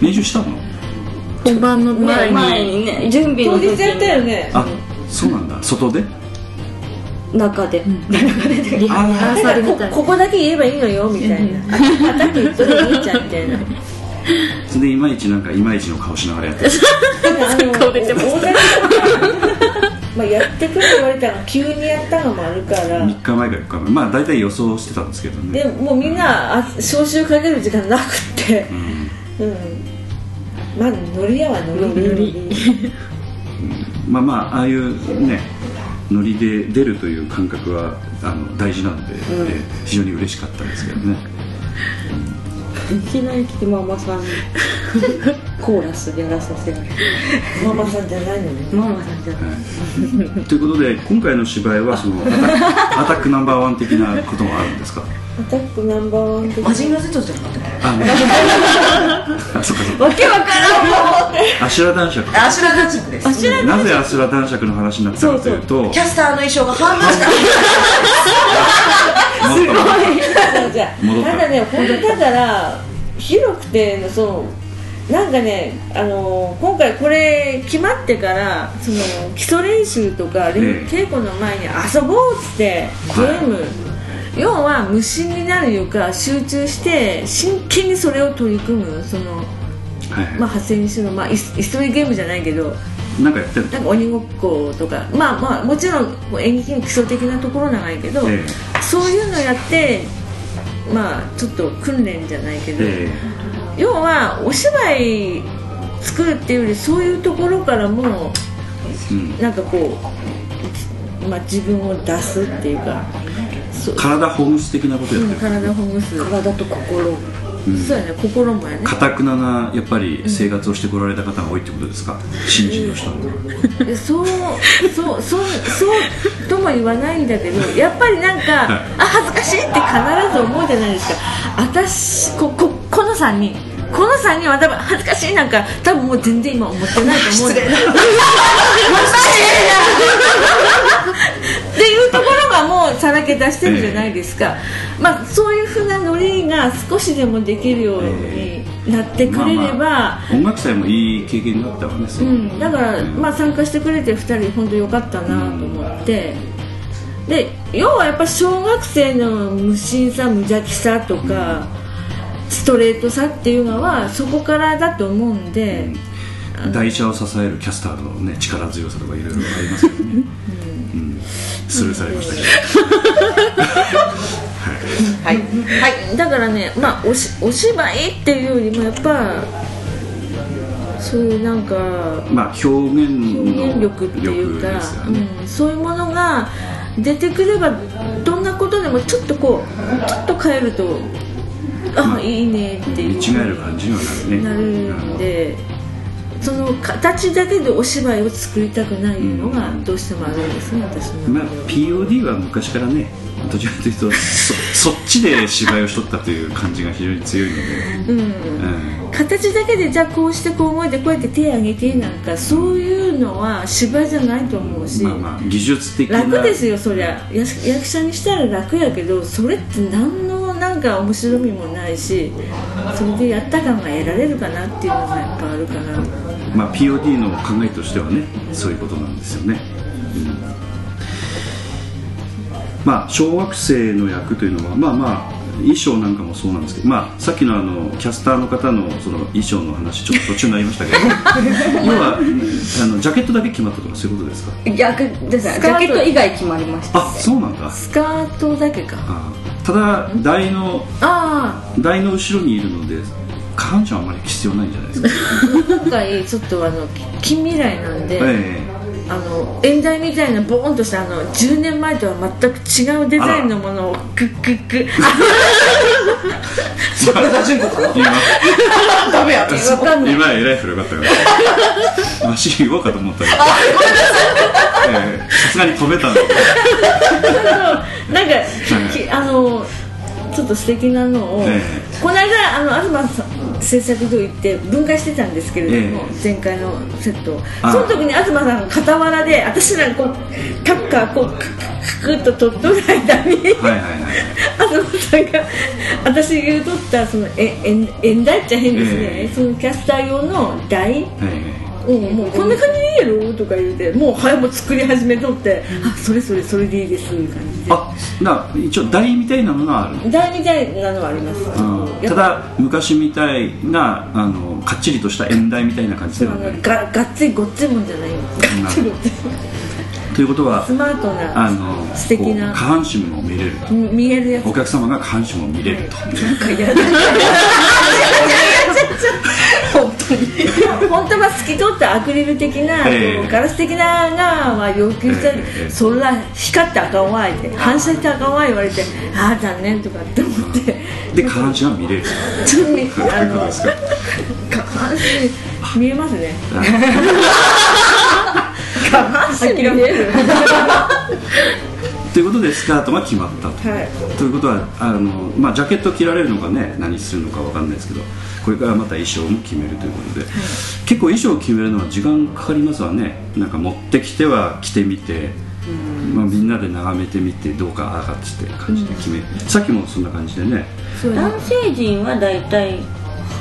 S3: 練習したの
S8: 本番の前
S1: ね
S8: に
S1: 前にね準備の
S4: 当
S1: 時
S4: 日やった
S1: に
S4: よね
S3: あそうなんだ外で
S1: 中で
S8: リハーサルみたいな
S4: ここだけ言えばいいのよみたいなあ アタック言っとるお兄ちゃんみたいな
S3: それでいまいちなんかいまいちの顔しながらやってる
S8: 顔出てました
S4: まあやってくれって言われたの急にやったのもあるから
S3: 3日前か4日前まあ大体予想してたんですけど
S4: で
S3: ね
S4: もうみんなあ招集かける時間なくって
S3: うん
S4: うんまあノリやわノリノリ
S3: まあまあああいうねノリで出るという感覚はあの大事なんで、えー非常に嬉しかったんですけどね
S1: いきなり来てママさんにコーラスやらさせられる
S4: ママさんじゃないのね
S1: ママさんじゃない
S3: ということで今回の芝居はそのアタックアタックナンバーワン的なこともあるんですか
S4: アタックナンバーワン的
S7: マジンガー Z じゃなかったっ
S3: あ、ね、あそっかそっ
S7: けわけわからんもう
S3: かアシュラ男爵
S7: アシュラダチックです
S3: なぜアシュラ男爵の話になったかというと
S7: キャスターの衣装が半分し か
S3: もっと
S4: じゃあ
S3: 戻った
S4: ただね本当だから広くてそのなんかね、あのー今回これ決まってからその基礎練習とか、
S3: ええ
S4: 稽古の前に遊ぼうっつってゲーム、要は無心になるいうか集中して真剣にそれを取り組むその、
S3: はい
S4: まあ、発声にしろ、まあ、い椅子取りゲームじゃないけど
S3: なんかやってる
S4: なんか鬼ごっことかまあまあもちろんこう演劇の基礎的なところ長いけど、
S3: ええ
S4: そういうのやってまあちょっと訓練じゃないけど。
S3: え
S4: 要はお芝居作るっていうよりそういうところからも
S3: えうん
S4: なんかこう、まあ、自分を出すっていうかそう
S3: 体ほぐす的なことや
S4: う
S3: って
S4: ん
S3: る
S4: 体をほぐす体と心、そうやね心もやね
S3: かたくななやっぱり生活をしてこられた方が多いってことですか新人の人も
S4: いやそうそうそうそうとも言わないんだけどやっぱりな
S3: は
S4: んか、
S3: い
S4: あ恥ずかしいって必ず思うじゃないですか私こここの3人この3人は多分恥ずかしいなんか多分もう全然今思ってないと思うんだよっていうところがもうさらけ出してるじゃないですか、まあ、そういうふうなノリが少しでもできるようになってくれれ
S3: ま
S4: ば、
S3: あまあ音楽祭もいい経験だったわね、
S4: うん、だから、まあ、参加してくれてる2人本当よかったなと思って、で要はやっぱ小学生の無心さ無邪気さとか、ストレートさっていうのはそこからだと思うんで、
S3: 台車を支えるキャスターの、ね、力強さとかいろいろありますよね、うんスルーされましたけど
S7: はいはい
S4: だからね、まあ、おしお芝居っていうよりもやっぱそういうなんか
S3: まあ表現
S4: 表
S3: の
S4: 現力っていうか、
S3: ですよね、
S4: うん、そういうものが出てくればどんなことでもちょっとこうちょっと変えるとあいいねっていう
S3: 見違える感じにはな
S4: なる
S3: るね
S4: んでその形だけでお芝居を作りたくないのがどうしてもあるんですね私の
S3: まあ
S4: 中では、
S3: POD は昔からねどちらかというとそ そっちで芝居をしとったという感じが非常に強いので、
S4: うん
S3: うん
S4: 形だけでじゃあこうしてこう動いてこうやって手上げてなんかそういうのは芝居じゃないと思うし、
S3: まあまあ技術的な
S4: 楽ですよそりゃやし役者にしたら楽やけどそれって何のなんか面白みもないしそれでやった感が得られるかなっていうのがやっぱあるかな
S3: まあ、POD の考えとしてはねそういうことなんですよね、うんまあ、小学生の役というのはまあまあ衣装なんかもそうなんですけど、まあ、さっきのあのキャスターの方のその衣装の話ちょっと途中になりましたけど 要はあのジャケットだけ決まったとかそういうことですか
S1: 逆ですジャケット以外決まりました
S3: あそうなんだ
S4: スカートだけか
S3: あただ台の
S4: あ
S3: 台の後ろにいるので下半身はあまり必要ないんじゃないですか、
S4: あ今回ちょっとあの近未来なんで、
S3: え
S4: あの演台みたいなボーンとしたあの10年前とは全く違うデザインのものをクックックッ
S3: え今
S7: ダメや
S3: わかんない今エライフルよかったからマシン動こうかと思ったけどええさすがに飛べたんだ
S4: あなんかきあのちょっと素敵なのを、
S3: え
S4: この間あの東さん制作所行って分解してたんですけれども、
S3: え
S4: 前回のセットを
S3: ああ
S4: その時に東さんが傍らで私らこうタッカーこうクックックッと取っとる間
S3: は
S4: に
S3: いはいはい
S4: 東さんが私が言うとったそのええ演題っちゃ変ですね、
S3: ええ
S4: そのキャスター用の台
S3: え
S4: うん、もうこんな感じでいいやろとか言うてもう早もう作り始めとって、あそれそれそれでいいですいう感じ
S3: えあな一応台みたいなものはある
S4: で台みたいなのはあります
S3: うん
S4: や
S3: た
S4: っぱ
S3: だ昔みたいなあのかっちりとした演台みたいな感じで
S4: あ
S3: はない
S4: のががっつりごっついもんじゃないんです
S3: なるということは
S4: スマート
S3: あ
S4: な
S3: の
S4: 素敵
S3: こ
S4: な
S3: う下半身も見れると
S4: 見えるやつ
S3: お客様が下半身も見れると
S4: なんかやだ本当は透き通ったアクリル的な、
S3: ええ
S4: こうガラス的ながは要求したり、
S3: ええ
S4: そんな光ったらあかんわ言って反射したらあかんわ言われてああ残念とかって思って
S3: で下半身は見れると
S4: ち ょっと見
S3: と
S4: あ
S3: いうこと
S4: の
S3: ですか
S4: 下半身見えますね下半身見える
S3: ということでスカートが決まったと,、
S4: はい
S3: ということはあの、まあ、ジャケット着られるのかね何するのかわかんないですけどこれからまた衣装も決めるということで、結構衣装を決めるのは時間かかりますわねなんか持ってきては着てみて、まあ、みんなで眺めてみてどうかああかって感じで決め、さっきもそんな感じでね
S1: 男性陣は大体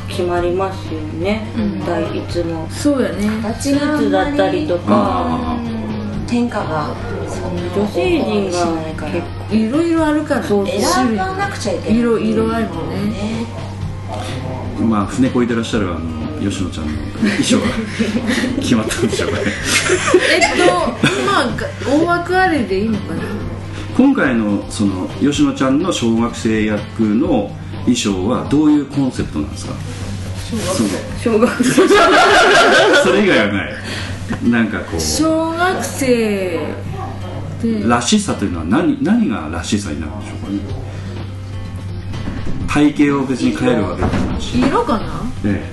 S1: 決まりますよね、大いつも
S4: そうやね
S1: スーツだったりとか
S3: あ
S7: 天下がそんな
S1: 女性陣が
S7: ないから
S1: 結
S4: いろいろあるから
S1: そうそう
S4: 種
S7: 選
S4: 類
S7: ばなくちゃいけない
S4: 色色合いもね
S7: ね
S3: あまあ船こいでらっしゃるあの吉野ちゃんの衣装が決まったんでしょうかね
S4: えっとまあが 大枠あれでいいのかな
S3: 今回のその吉野ちゃんの小学生役の衣装はどういうコンセプトなんですか
S1: 小学生
S3: そのそれ以外はないなんかこう
S4: 小学生
S3: らしさというのは何何がらしさになるんでしょうかね体型を別に変えるわけでもないし、
S4: 色かな
S3: え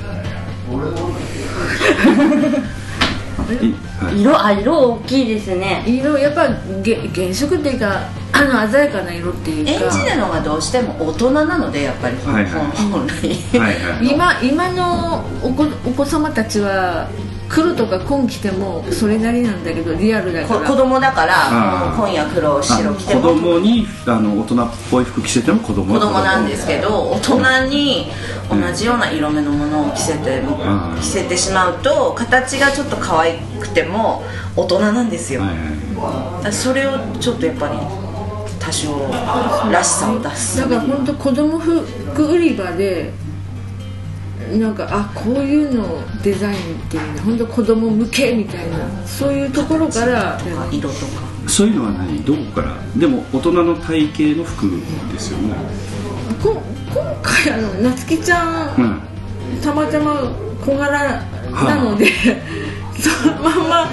S3: えいはい
S1: 色あ色大きいですね
S4: 色やっぱげ原色っていうかあの鮮やかな色ってい
S7: 演
S4: うか
S7: じるのがどうしても大人なのでやっぱり本,、
S3: はいはい
S7: 本来
S3: はいはい
S4: 今今のお子お子様たちは黒とか紺着てもそれなりなんだけどリアルだか
S7: こ
S4: ら
S7: 子供だから
S3: あー
S7: もう今夜黒白着て
S3: 子
S7: も
S3: 供にあの大人っぽい服着せても子供は
S7: 子供なんですけど大人に同じような色目のものを着せて
S3: ん
S7: 着せてしまうと形がちょっと可愛くても大人なんですよ、
S3: はいは
S7: それをちょっとやっぱり多少らしさを出す
S4: だから本当子供服売り場でなんかあこういうのデザインっていうね本当子供向けみたいなそういうところから
S7: とか色とか
S3: いそういうのは何どこからでも大人の体型の服ですよね、
S4: こ今回あの夏希ちゃん、
S3: うん、
S4: たまたま小柄なので、 そのまんま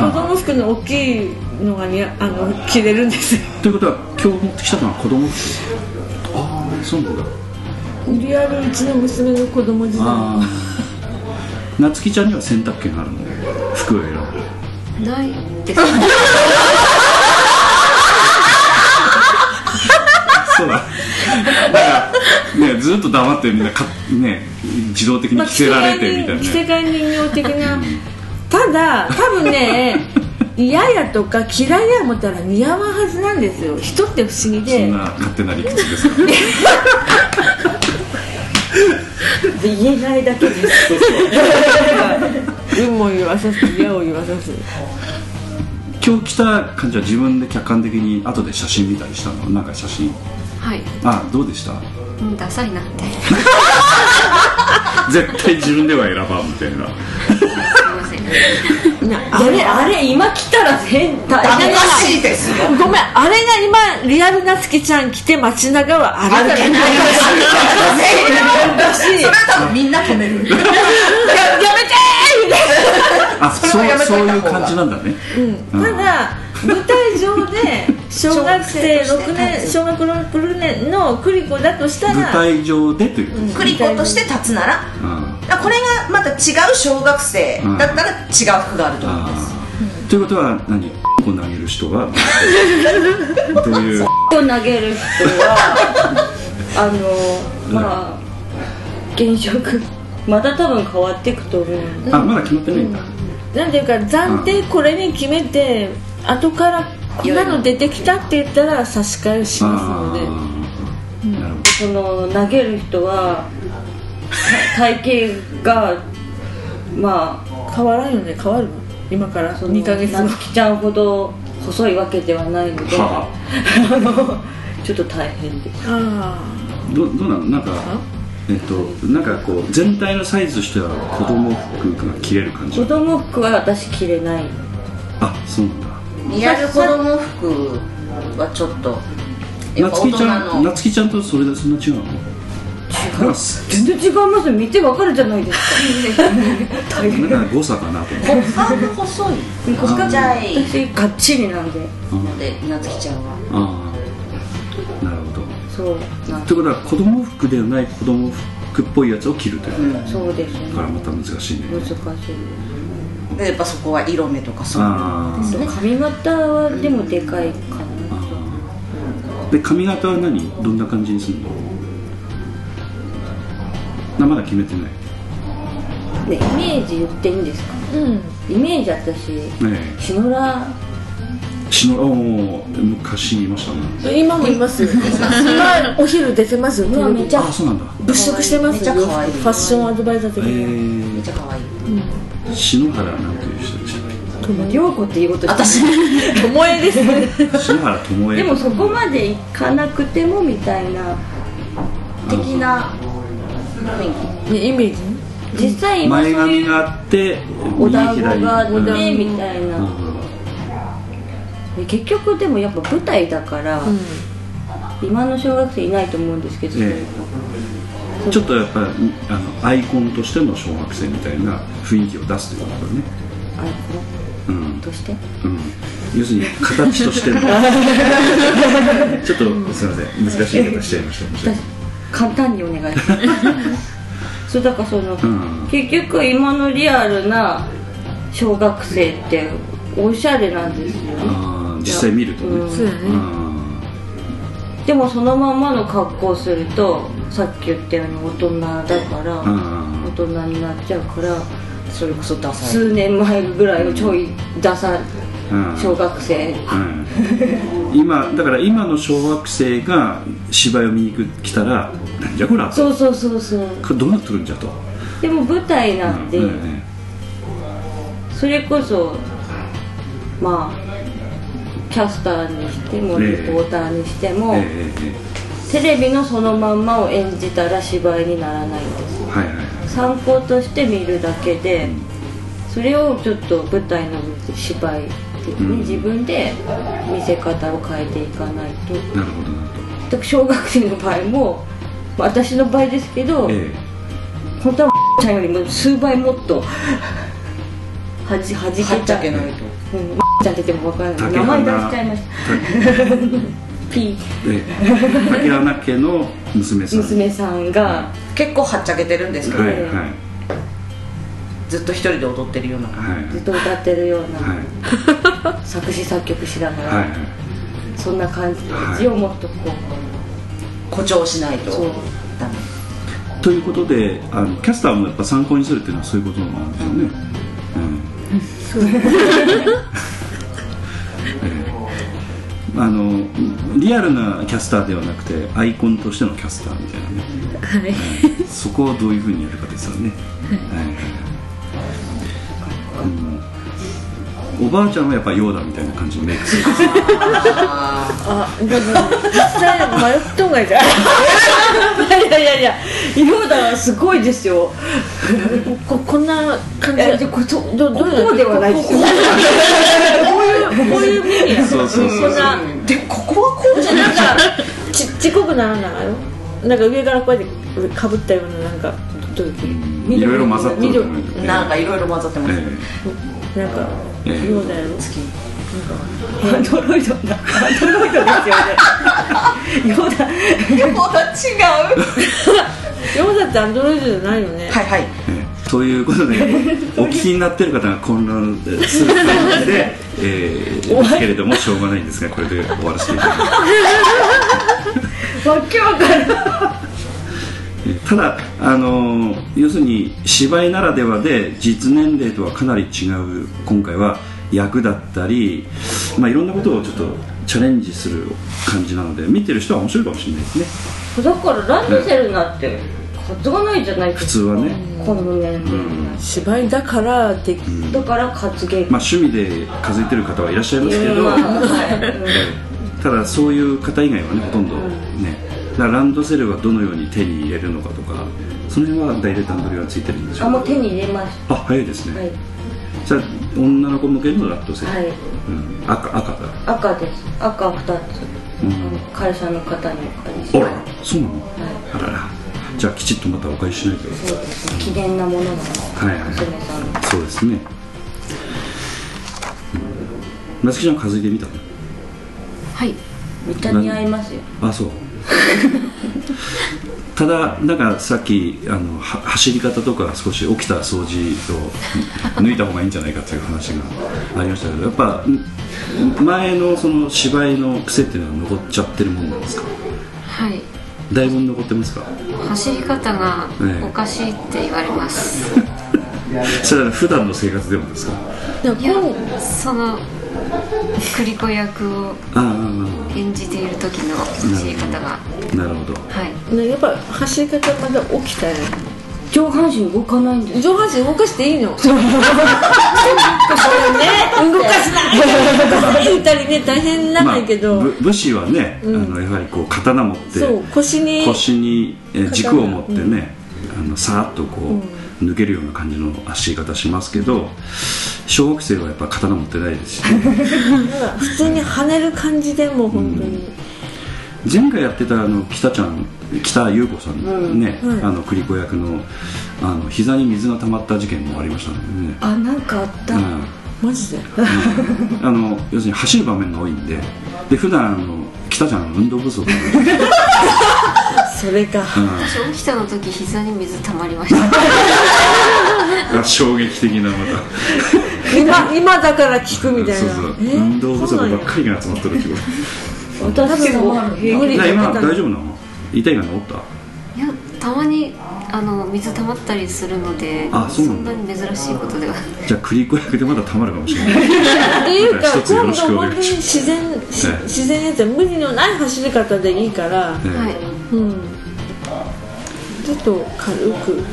S4: 子供服の大きいのがにあの着れるんですよ
S3: ということは今日持ってきたのは子供服ああそうなんだ
S4: リアルうちの娘の子供時代
S3: ああ夏希ちゃんには選択権あるので服を選ぶ
S6: ないですね
S3: そうだだからねずっと黙ってみんなかね自動的に着せられてみたいな
S4: 着
S3: ね
S4: せ替え人形的なただ多分 ね嫌やとか嫌いや思ったら似合わんはずなんですよ人って不思議
S3: そ
S4: で
S3: んな勝手な理屈ですか
S1: 言えないだけです
S4: 運も言わさず嫌を言わさず
S3: 今日着た感じは自分で客観的に後で写真見たりしたのなんか写真
S6: はい
S3: あどうでした
S6: うんダサいなってす
S3: 絶対自分では選ばんみたいな
S6: みません
S1: あれあれ今来たら変態
S7: ダメらしいですよ
S4: ごめんあれが今リアルなつきちゃん着て街中はあれだけ
S7: それは多分みんな止める
S3: あそう
S7: やめ
S3: そう
S7: といた
S3: いう
S7: 方が
S3: 感じなんだね
S4: ただ舞台上 で小学生6年小学6年のクリコだとした
S3: 舞
S4: ら
S3: 台上でということですね
S7: クリコとして立つなら
S3: うん
S7: あこれがまた違う小学生だったら違う服があると思います
S3: ということは何こ投げる人はどういう
S1: 投げる人はあのまあ現職また多分変わっていくと思う
S3: あまだ決まってないんだ、
S4: なんていうか暫定これに決めて後からこんなの出てきたって言ったら差し替えしますので
S3: ーなるほ
S1: その投げる人はた体型がまあ
S4: 変わらんよね変わるの今から
S1: その
S4: 2ヶ月後
S1: 夏希ちゃんほど細いわけではないので、
S3: どは
S1: あのちょっと大変です
S4: あ
S3: あどどうなのなんかえっとなんかこう全体のサイズとしては子供服が着れる感じ
S1: 子供服は私着れない
S3: あそうなんだ
S7: リアル子供服はちょっとやっぱ
S3: 夏
S7: 大
S3: 希ち
S7: 人
S3: ゃん
S7: の
S3: 夏希ちゃんとそれでそんな違うの違
S1: 全然違います見てわかるじゃないですか
S3: うなんか誤差かなと思って
S7: 骨盤が細いちっちゃい
S1: 私がっちりなんで
S7: ので夏希ちゃんは
S3: ああなるほど
S1: そうなん
S3: ということは子供服ではない子供服っぽいやつを着るということ
S1: そうですね
S3: だからまた難しいね
S1: 難しい
S7: でやっぱそこは色目とかそう
S3: ああ
S1: 髪型はでもでかいかな
S3: で髪型は何どんな感じにするのなまだ決めてない
S1: でイメージ言っていいんですか
S4: うん
S1: イメージ私
S3: え
S1: 篠原
S3: えしのおー昔いましたね
S8: 今もいますよ今お昼出てますよ
S1: もうめっちゃ
S3: あそうなんだ
S8: 物色してますよ
S7: めっち
S8: フ
S7: ゃ可愛い
S8: ァッションアドバイザー
S3: え
S8: 的に
S7: め
S3: ー
S7: っちゃ可愛い
S3: 篠原なんていう人でしたっ
S1: 涼子っていうこと
S7: 私
S1: 巴です
S3: け篠原智恵
S1: でもそこまで行かなくてもみたいな
S3: あ
S7: 的
S3: の
S7: な雰囲
S8: イメージ
S1: 実際今そう
S3: 前
S1: い
S3: 髪
S1: う
S3: があって
S1: お団子があ
S3: 右
S1: っ
S3: 左
S1: て
S3: うん
S1: みたいなで結局でもやっぱ舞台だから、今の小学生いないと思うんですけど、
S3: ええちょっとやっぱりあのアイコンとしての小学生みたいな雰囲気を出すということだね
S1: あれ
S3: うん
S1: として
S3: うん要するに形として のちょっとすいません難しい言い方しちゃいました
S1: 私簡単にお 願いしますそうだからその、
S3: ん
S1: 結局今のリアルな小学生っておしゃれなんですよね
S3: あー実際見るとね
S1: うん
S8: そうだね
S3: うん
S1: でもそのままの格好するとさっき言ったように大人だから、
S3: うん
S1: 大人になっちゃうから
S7: 気それこそダサい
S1: 数年前ぐらいのちょいダサ
S3: うん
S1: 小学生
S3: うん今だから今の小学生が芝居を見に行く来たら「なんじゃこら」
S1: そうそうそうそう
S3: これどうなってくるんじゃと、
S1: でも舞台なんで、
S3: うんね
S1: それこそまあキャスターにしても
S3: え
S1: リ
S3: え
S1: ポーターにしても、
S3: えええ
S1: テレビのそのまんまを演じたら芝居にならないんで
S3: えはいはいはい
S1: す参考として見るだけでそれをちょっと舞台の芝居的に自分で見せ方を変えていかないと
S3: なるほどなる
S1: 全く小学生の場合もまあ私の場合ですけど、
S3: ほどえ
S1: 本当はちゃんよりも数倍もっとはじはじけ
S7: はっちゃ
S1: た
S7: け
S1: うん
S7: ないと
S1: ちゃんって言っても分からない
S3: 竹
S1: 名前出し
S3: 花
S1: ちゃいました P
S3: えええ竹花家の娘さん
S1: 娘さんが
S7: 結構はっちゃけてるんですけど、
S3: はいはいはい
S7: ずっと一人で踊ってるような
S3: はい
S1: ずっと歌ってるよう
S3: はい
S1: な作詞作曲しなが
S3: はい
S1: らそんな感じをもっとこ
S7: 誇張しないと
S1: そう
S7: ダメ
S3: ということであのキャスターもやっぱ参考にするっていうのはそういうことなんですよね、うん ええあのリアルなキャスターではなくてアイコンとしてのキャスターみたいなね
S8: はい
S3: そこをどういうふうにやるかですよね。はいうんおばあちゃんはやっぱヨーダみたいな感じのメイクする。
S4: あでも実際迷っとんがいじゃん
S1: ういやいやいやいや色だはすごいですよ
S4: ここんな感じ
S1: え
S4: で
S1: じゃあこそこ
S4: どどう
S1: こではないですよ
S4: こういうこういう意味や
S3: そうそうそう
S4: こんな
S7: でここはこうじゃない
S4: ちちっこくならんながよなんか上からこうやってかぶったようななんかどういう
S3: うんいろいろ混ざってると思うよね
S7: なんかいろいろ混ざってます、
S3: え
S4: なんか
S3: えええ
S4: ようだよ
S1: アンドロイドなアンドロイドですよね色だ
S7: もう違う
S4: ようだってアンドロイドじゃないよね
S7: はいはい
S3: えということ でお聞きになってる方が混乱するので、 えーですけれどもしょうがないんですがこれで終わらせていただきます
S1: わけわかんない
S3: ただあのー要するに芝居ならではで実年齢とはかなり違う今回は役だったり、まあ、いろんなことをちょっとチャレンジする感じなので見てる人は面白いかもしれないですね
S1: だからランドセルなんて担がないじゃないで
S3: 普
S1: す
S3: 通
S1: か
S3: はね、
S1: この年齢、
S4: 芝居だからでき
S1: だから担げる
S3: まあ、趣味で数えてる方はいらっしゃいますけど、
S1: まあはい
S3: ただそういう方以外はねほとんどねだからランドセルはどのように手に入れるのかとかその辺は大体段取りがついてるんでしょ
S1: あ
S3: う
S1: も
S3: か
S1: う手に入れまし
S3: あ早いです
S1: た
S3: ね、
S1: はい、
S3: じゃあ女の子向けのランドセル、
S1: はい、
S3: うん、赤赤だ
S1: 赤です赤2つ、
S3: うん
S1: 会社の方にお借りし
S3: あ
S1: て
S3: らそうなの、あららじゃあきちっとまたお返ししないと
S1: そうですね記念なものなの
S3: はいはい
S1: 娘さんの
S3: そうですねなつきちゃん数えてみた
S6: はい
S1: めっちゃ似合いますよ
S3: あそう ただなんかさっきあのは走り方とか少し起きた掃除を抜いた方がいいんじゃないかという話がありましたけどやっぱん前のその芝居の癖っていうのは残っちゃってるもんなんですか
S6: はい
S3: だいぶ残ってますか
S6: 走り方が
S3: ええ
S6: おかしいって言われます、
S3: それは普段の生活でもですか
S4: なんか
S6: いやその栗子役を
S3: ああ
S6: 演じている時の走り方が
S3: なるほど
S6: はい
S4: ねやっぱ走り方まだ起きたよ
S1: 上半身動かないんです
S4: 上半身動かしていい のそうね動かしない二人ね大変なんだけど、
S3: まあ、ぶ武士はね、あのやはりこう刀持って
S4: そう腰に
S3: 腰にえー軸を持ってね、あのさーっとこう、抜けるような感じの足方しますけど小学生はやっぱ刀持ってないですし、ね、
S4: 普通に跳ねる感じでもう本当に、
S3: 前回やってたあの北ちゃん北優子さん、ね、
S4: はい
S3: あの栗子役のあの膝に水が溜まった事件もありましたのでね、
S1: あなんかあった、
S3: うん
S4: マジで
S3: あの要するに走る場面が多いんでで普段あの北ちゃん運動不足で、うん
S4: それか
S6: 私起きたの時膝に水溜まりました
S3: あ衝撃的なまた
S4: 今今だから聞く みたい
S3: そう
S4: な
S3: そう
S4: え
S3: 運動不足ばっ
S4: そう
S3: かりが集まってるってこ
S1: 私も
S4: なんや無
S3: と
S4: 理
S3: な
S4: だ
S3: 今
S4: っ
S3: 大
S4: たの
S3: 丈夫なの痛いが治った
S6: いやたまにあの水溜まったりするので
S3: あそうなん
S6: ん
S3: だ
S6: なに珍しいことでは
S3: じゃあ栗子役でまだたまるかもしれない
S4: っていうか
S3: 一つよろ
S4: 今
S3: しくお
S4: 度
S3: 願
S4: 本
S3: い
S4: 当
S3: し
S4: に
S3: ます
S4: 自然し
S3: はい
S4: 自然やつは無理のない走り方でいいから
S3: ええ
S6: はい
S4: うんちょっと軽く手を振って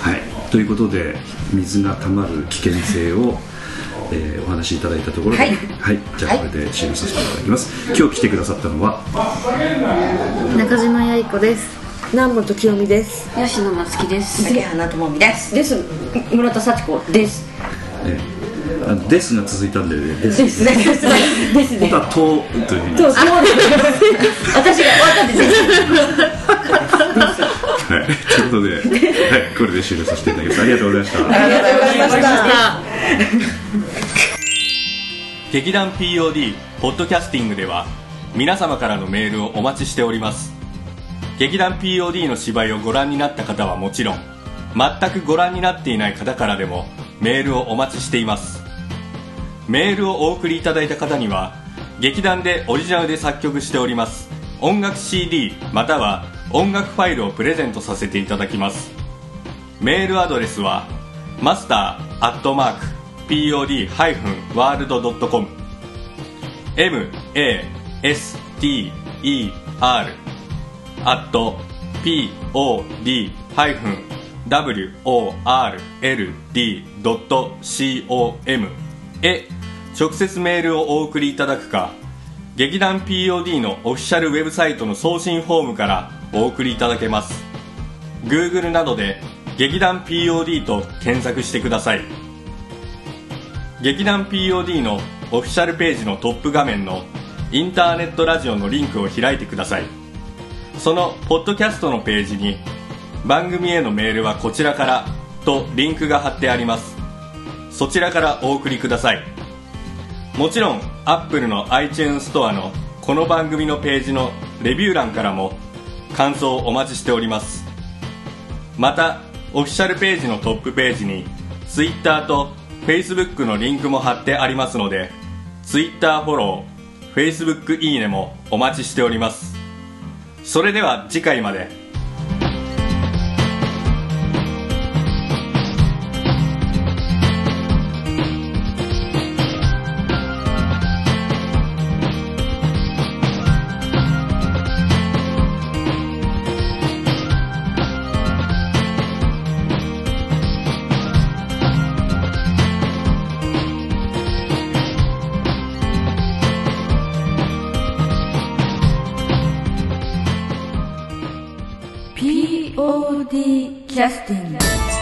S3: はい、ということで水がたまる危険性を、えーお話しいただいたところで、はいじゃあこれで締めさせていただきます、今日来てくださったのは
S5: 中島八重子です
S4: 南本清美です
S6: 吉野夏樹です
S7: 竹花智美です
S1: です村田幸子です
S3: えーあのですが続いたんで、ね、です
S1: ですねです ねです
S3: 本
S1: ね
S3: 当は「と」というふうに
S1: そうそうです 私が終わったんです
S3: はい、ということで、はい、これで終了させていただきますありがとうございました
S2: 劇団 POD ポッドキャスティングでは皆様からのメールをお待ちしております劇団 POD の芝居をご覧になった方はもちろん全くご覧になっていない方からでもメールをお待ちしていますメールをお送りいただいた方には劇団でオリジナルで作曲しております音楽 CD または音楽ファイルをプレゼントさせていただきますメールアドレスはマスターアットマーク pod-world.com master アット pod-world.com へ直接メールをお送りいただくか劇団 POD のオフィシャルウェブサイトの送信フォームからお送りいただけます Google などで劇団 POD と検索してください劇団 POD のオフィシャルページのトップ画面のインターネットラジオのリンクを開いてくださいそのポッドキャストのページに番組へのメールはこちらからとリンクが貼ってありますそちらからお送りくださいもちろん Apple の iTunes ストアのこの番組のページのレビュー欄からも感想をお待ちしておりますまたオフィシャルページのトップページに Twitter と Facebook のリンクも貼ってありますので Twitter フォロー Facebook いいねもお待ちしておりますそれでは次回まで
S4: キャスティング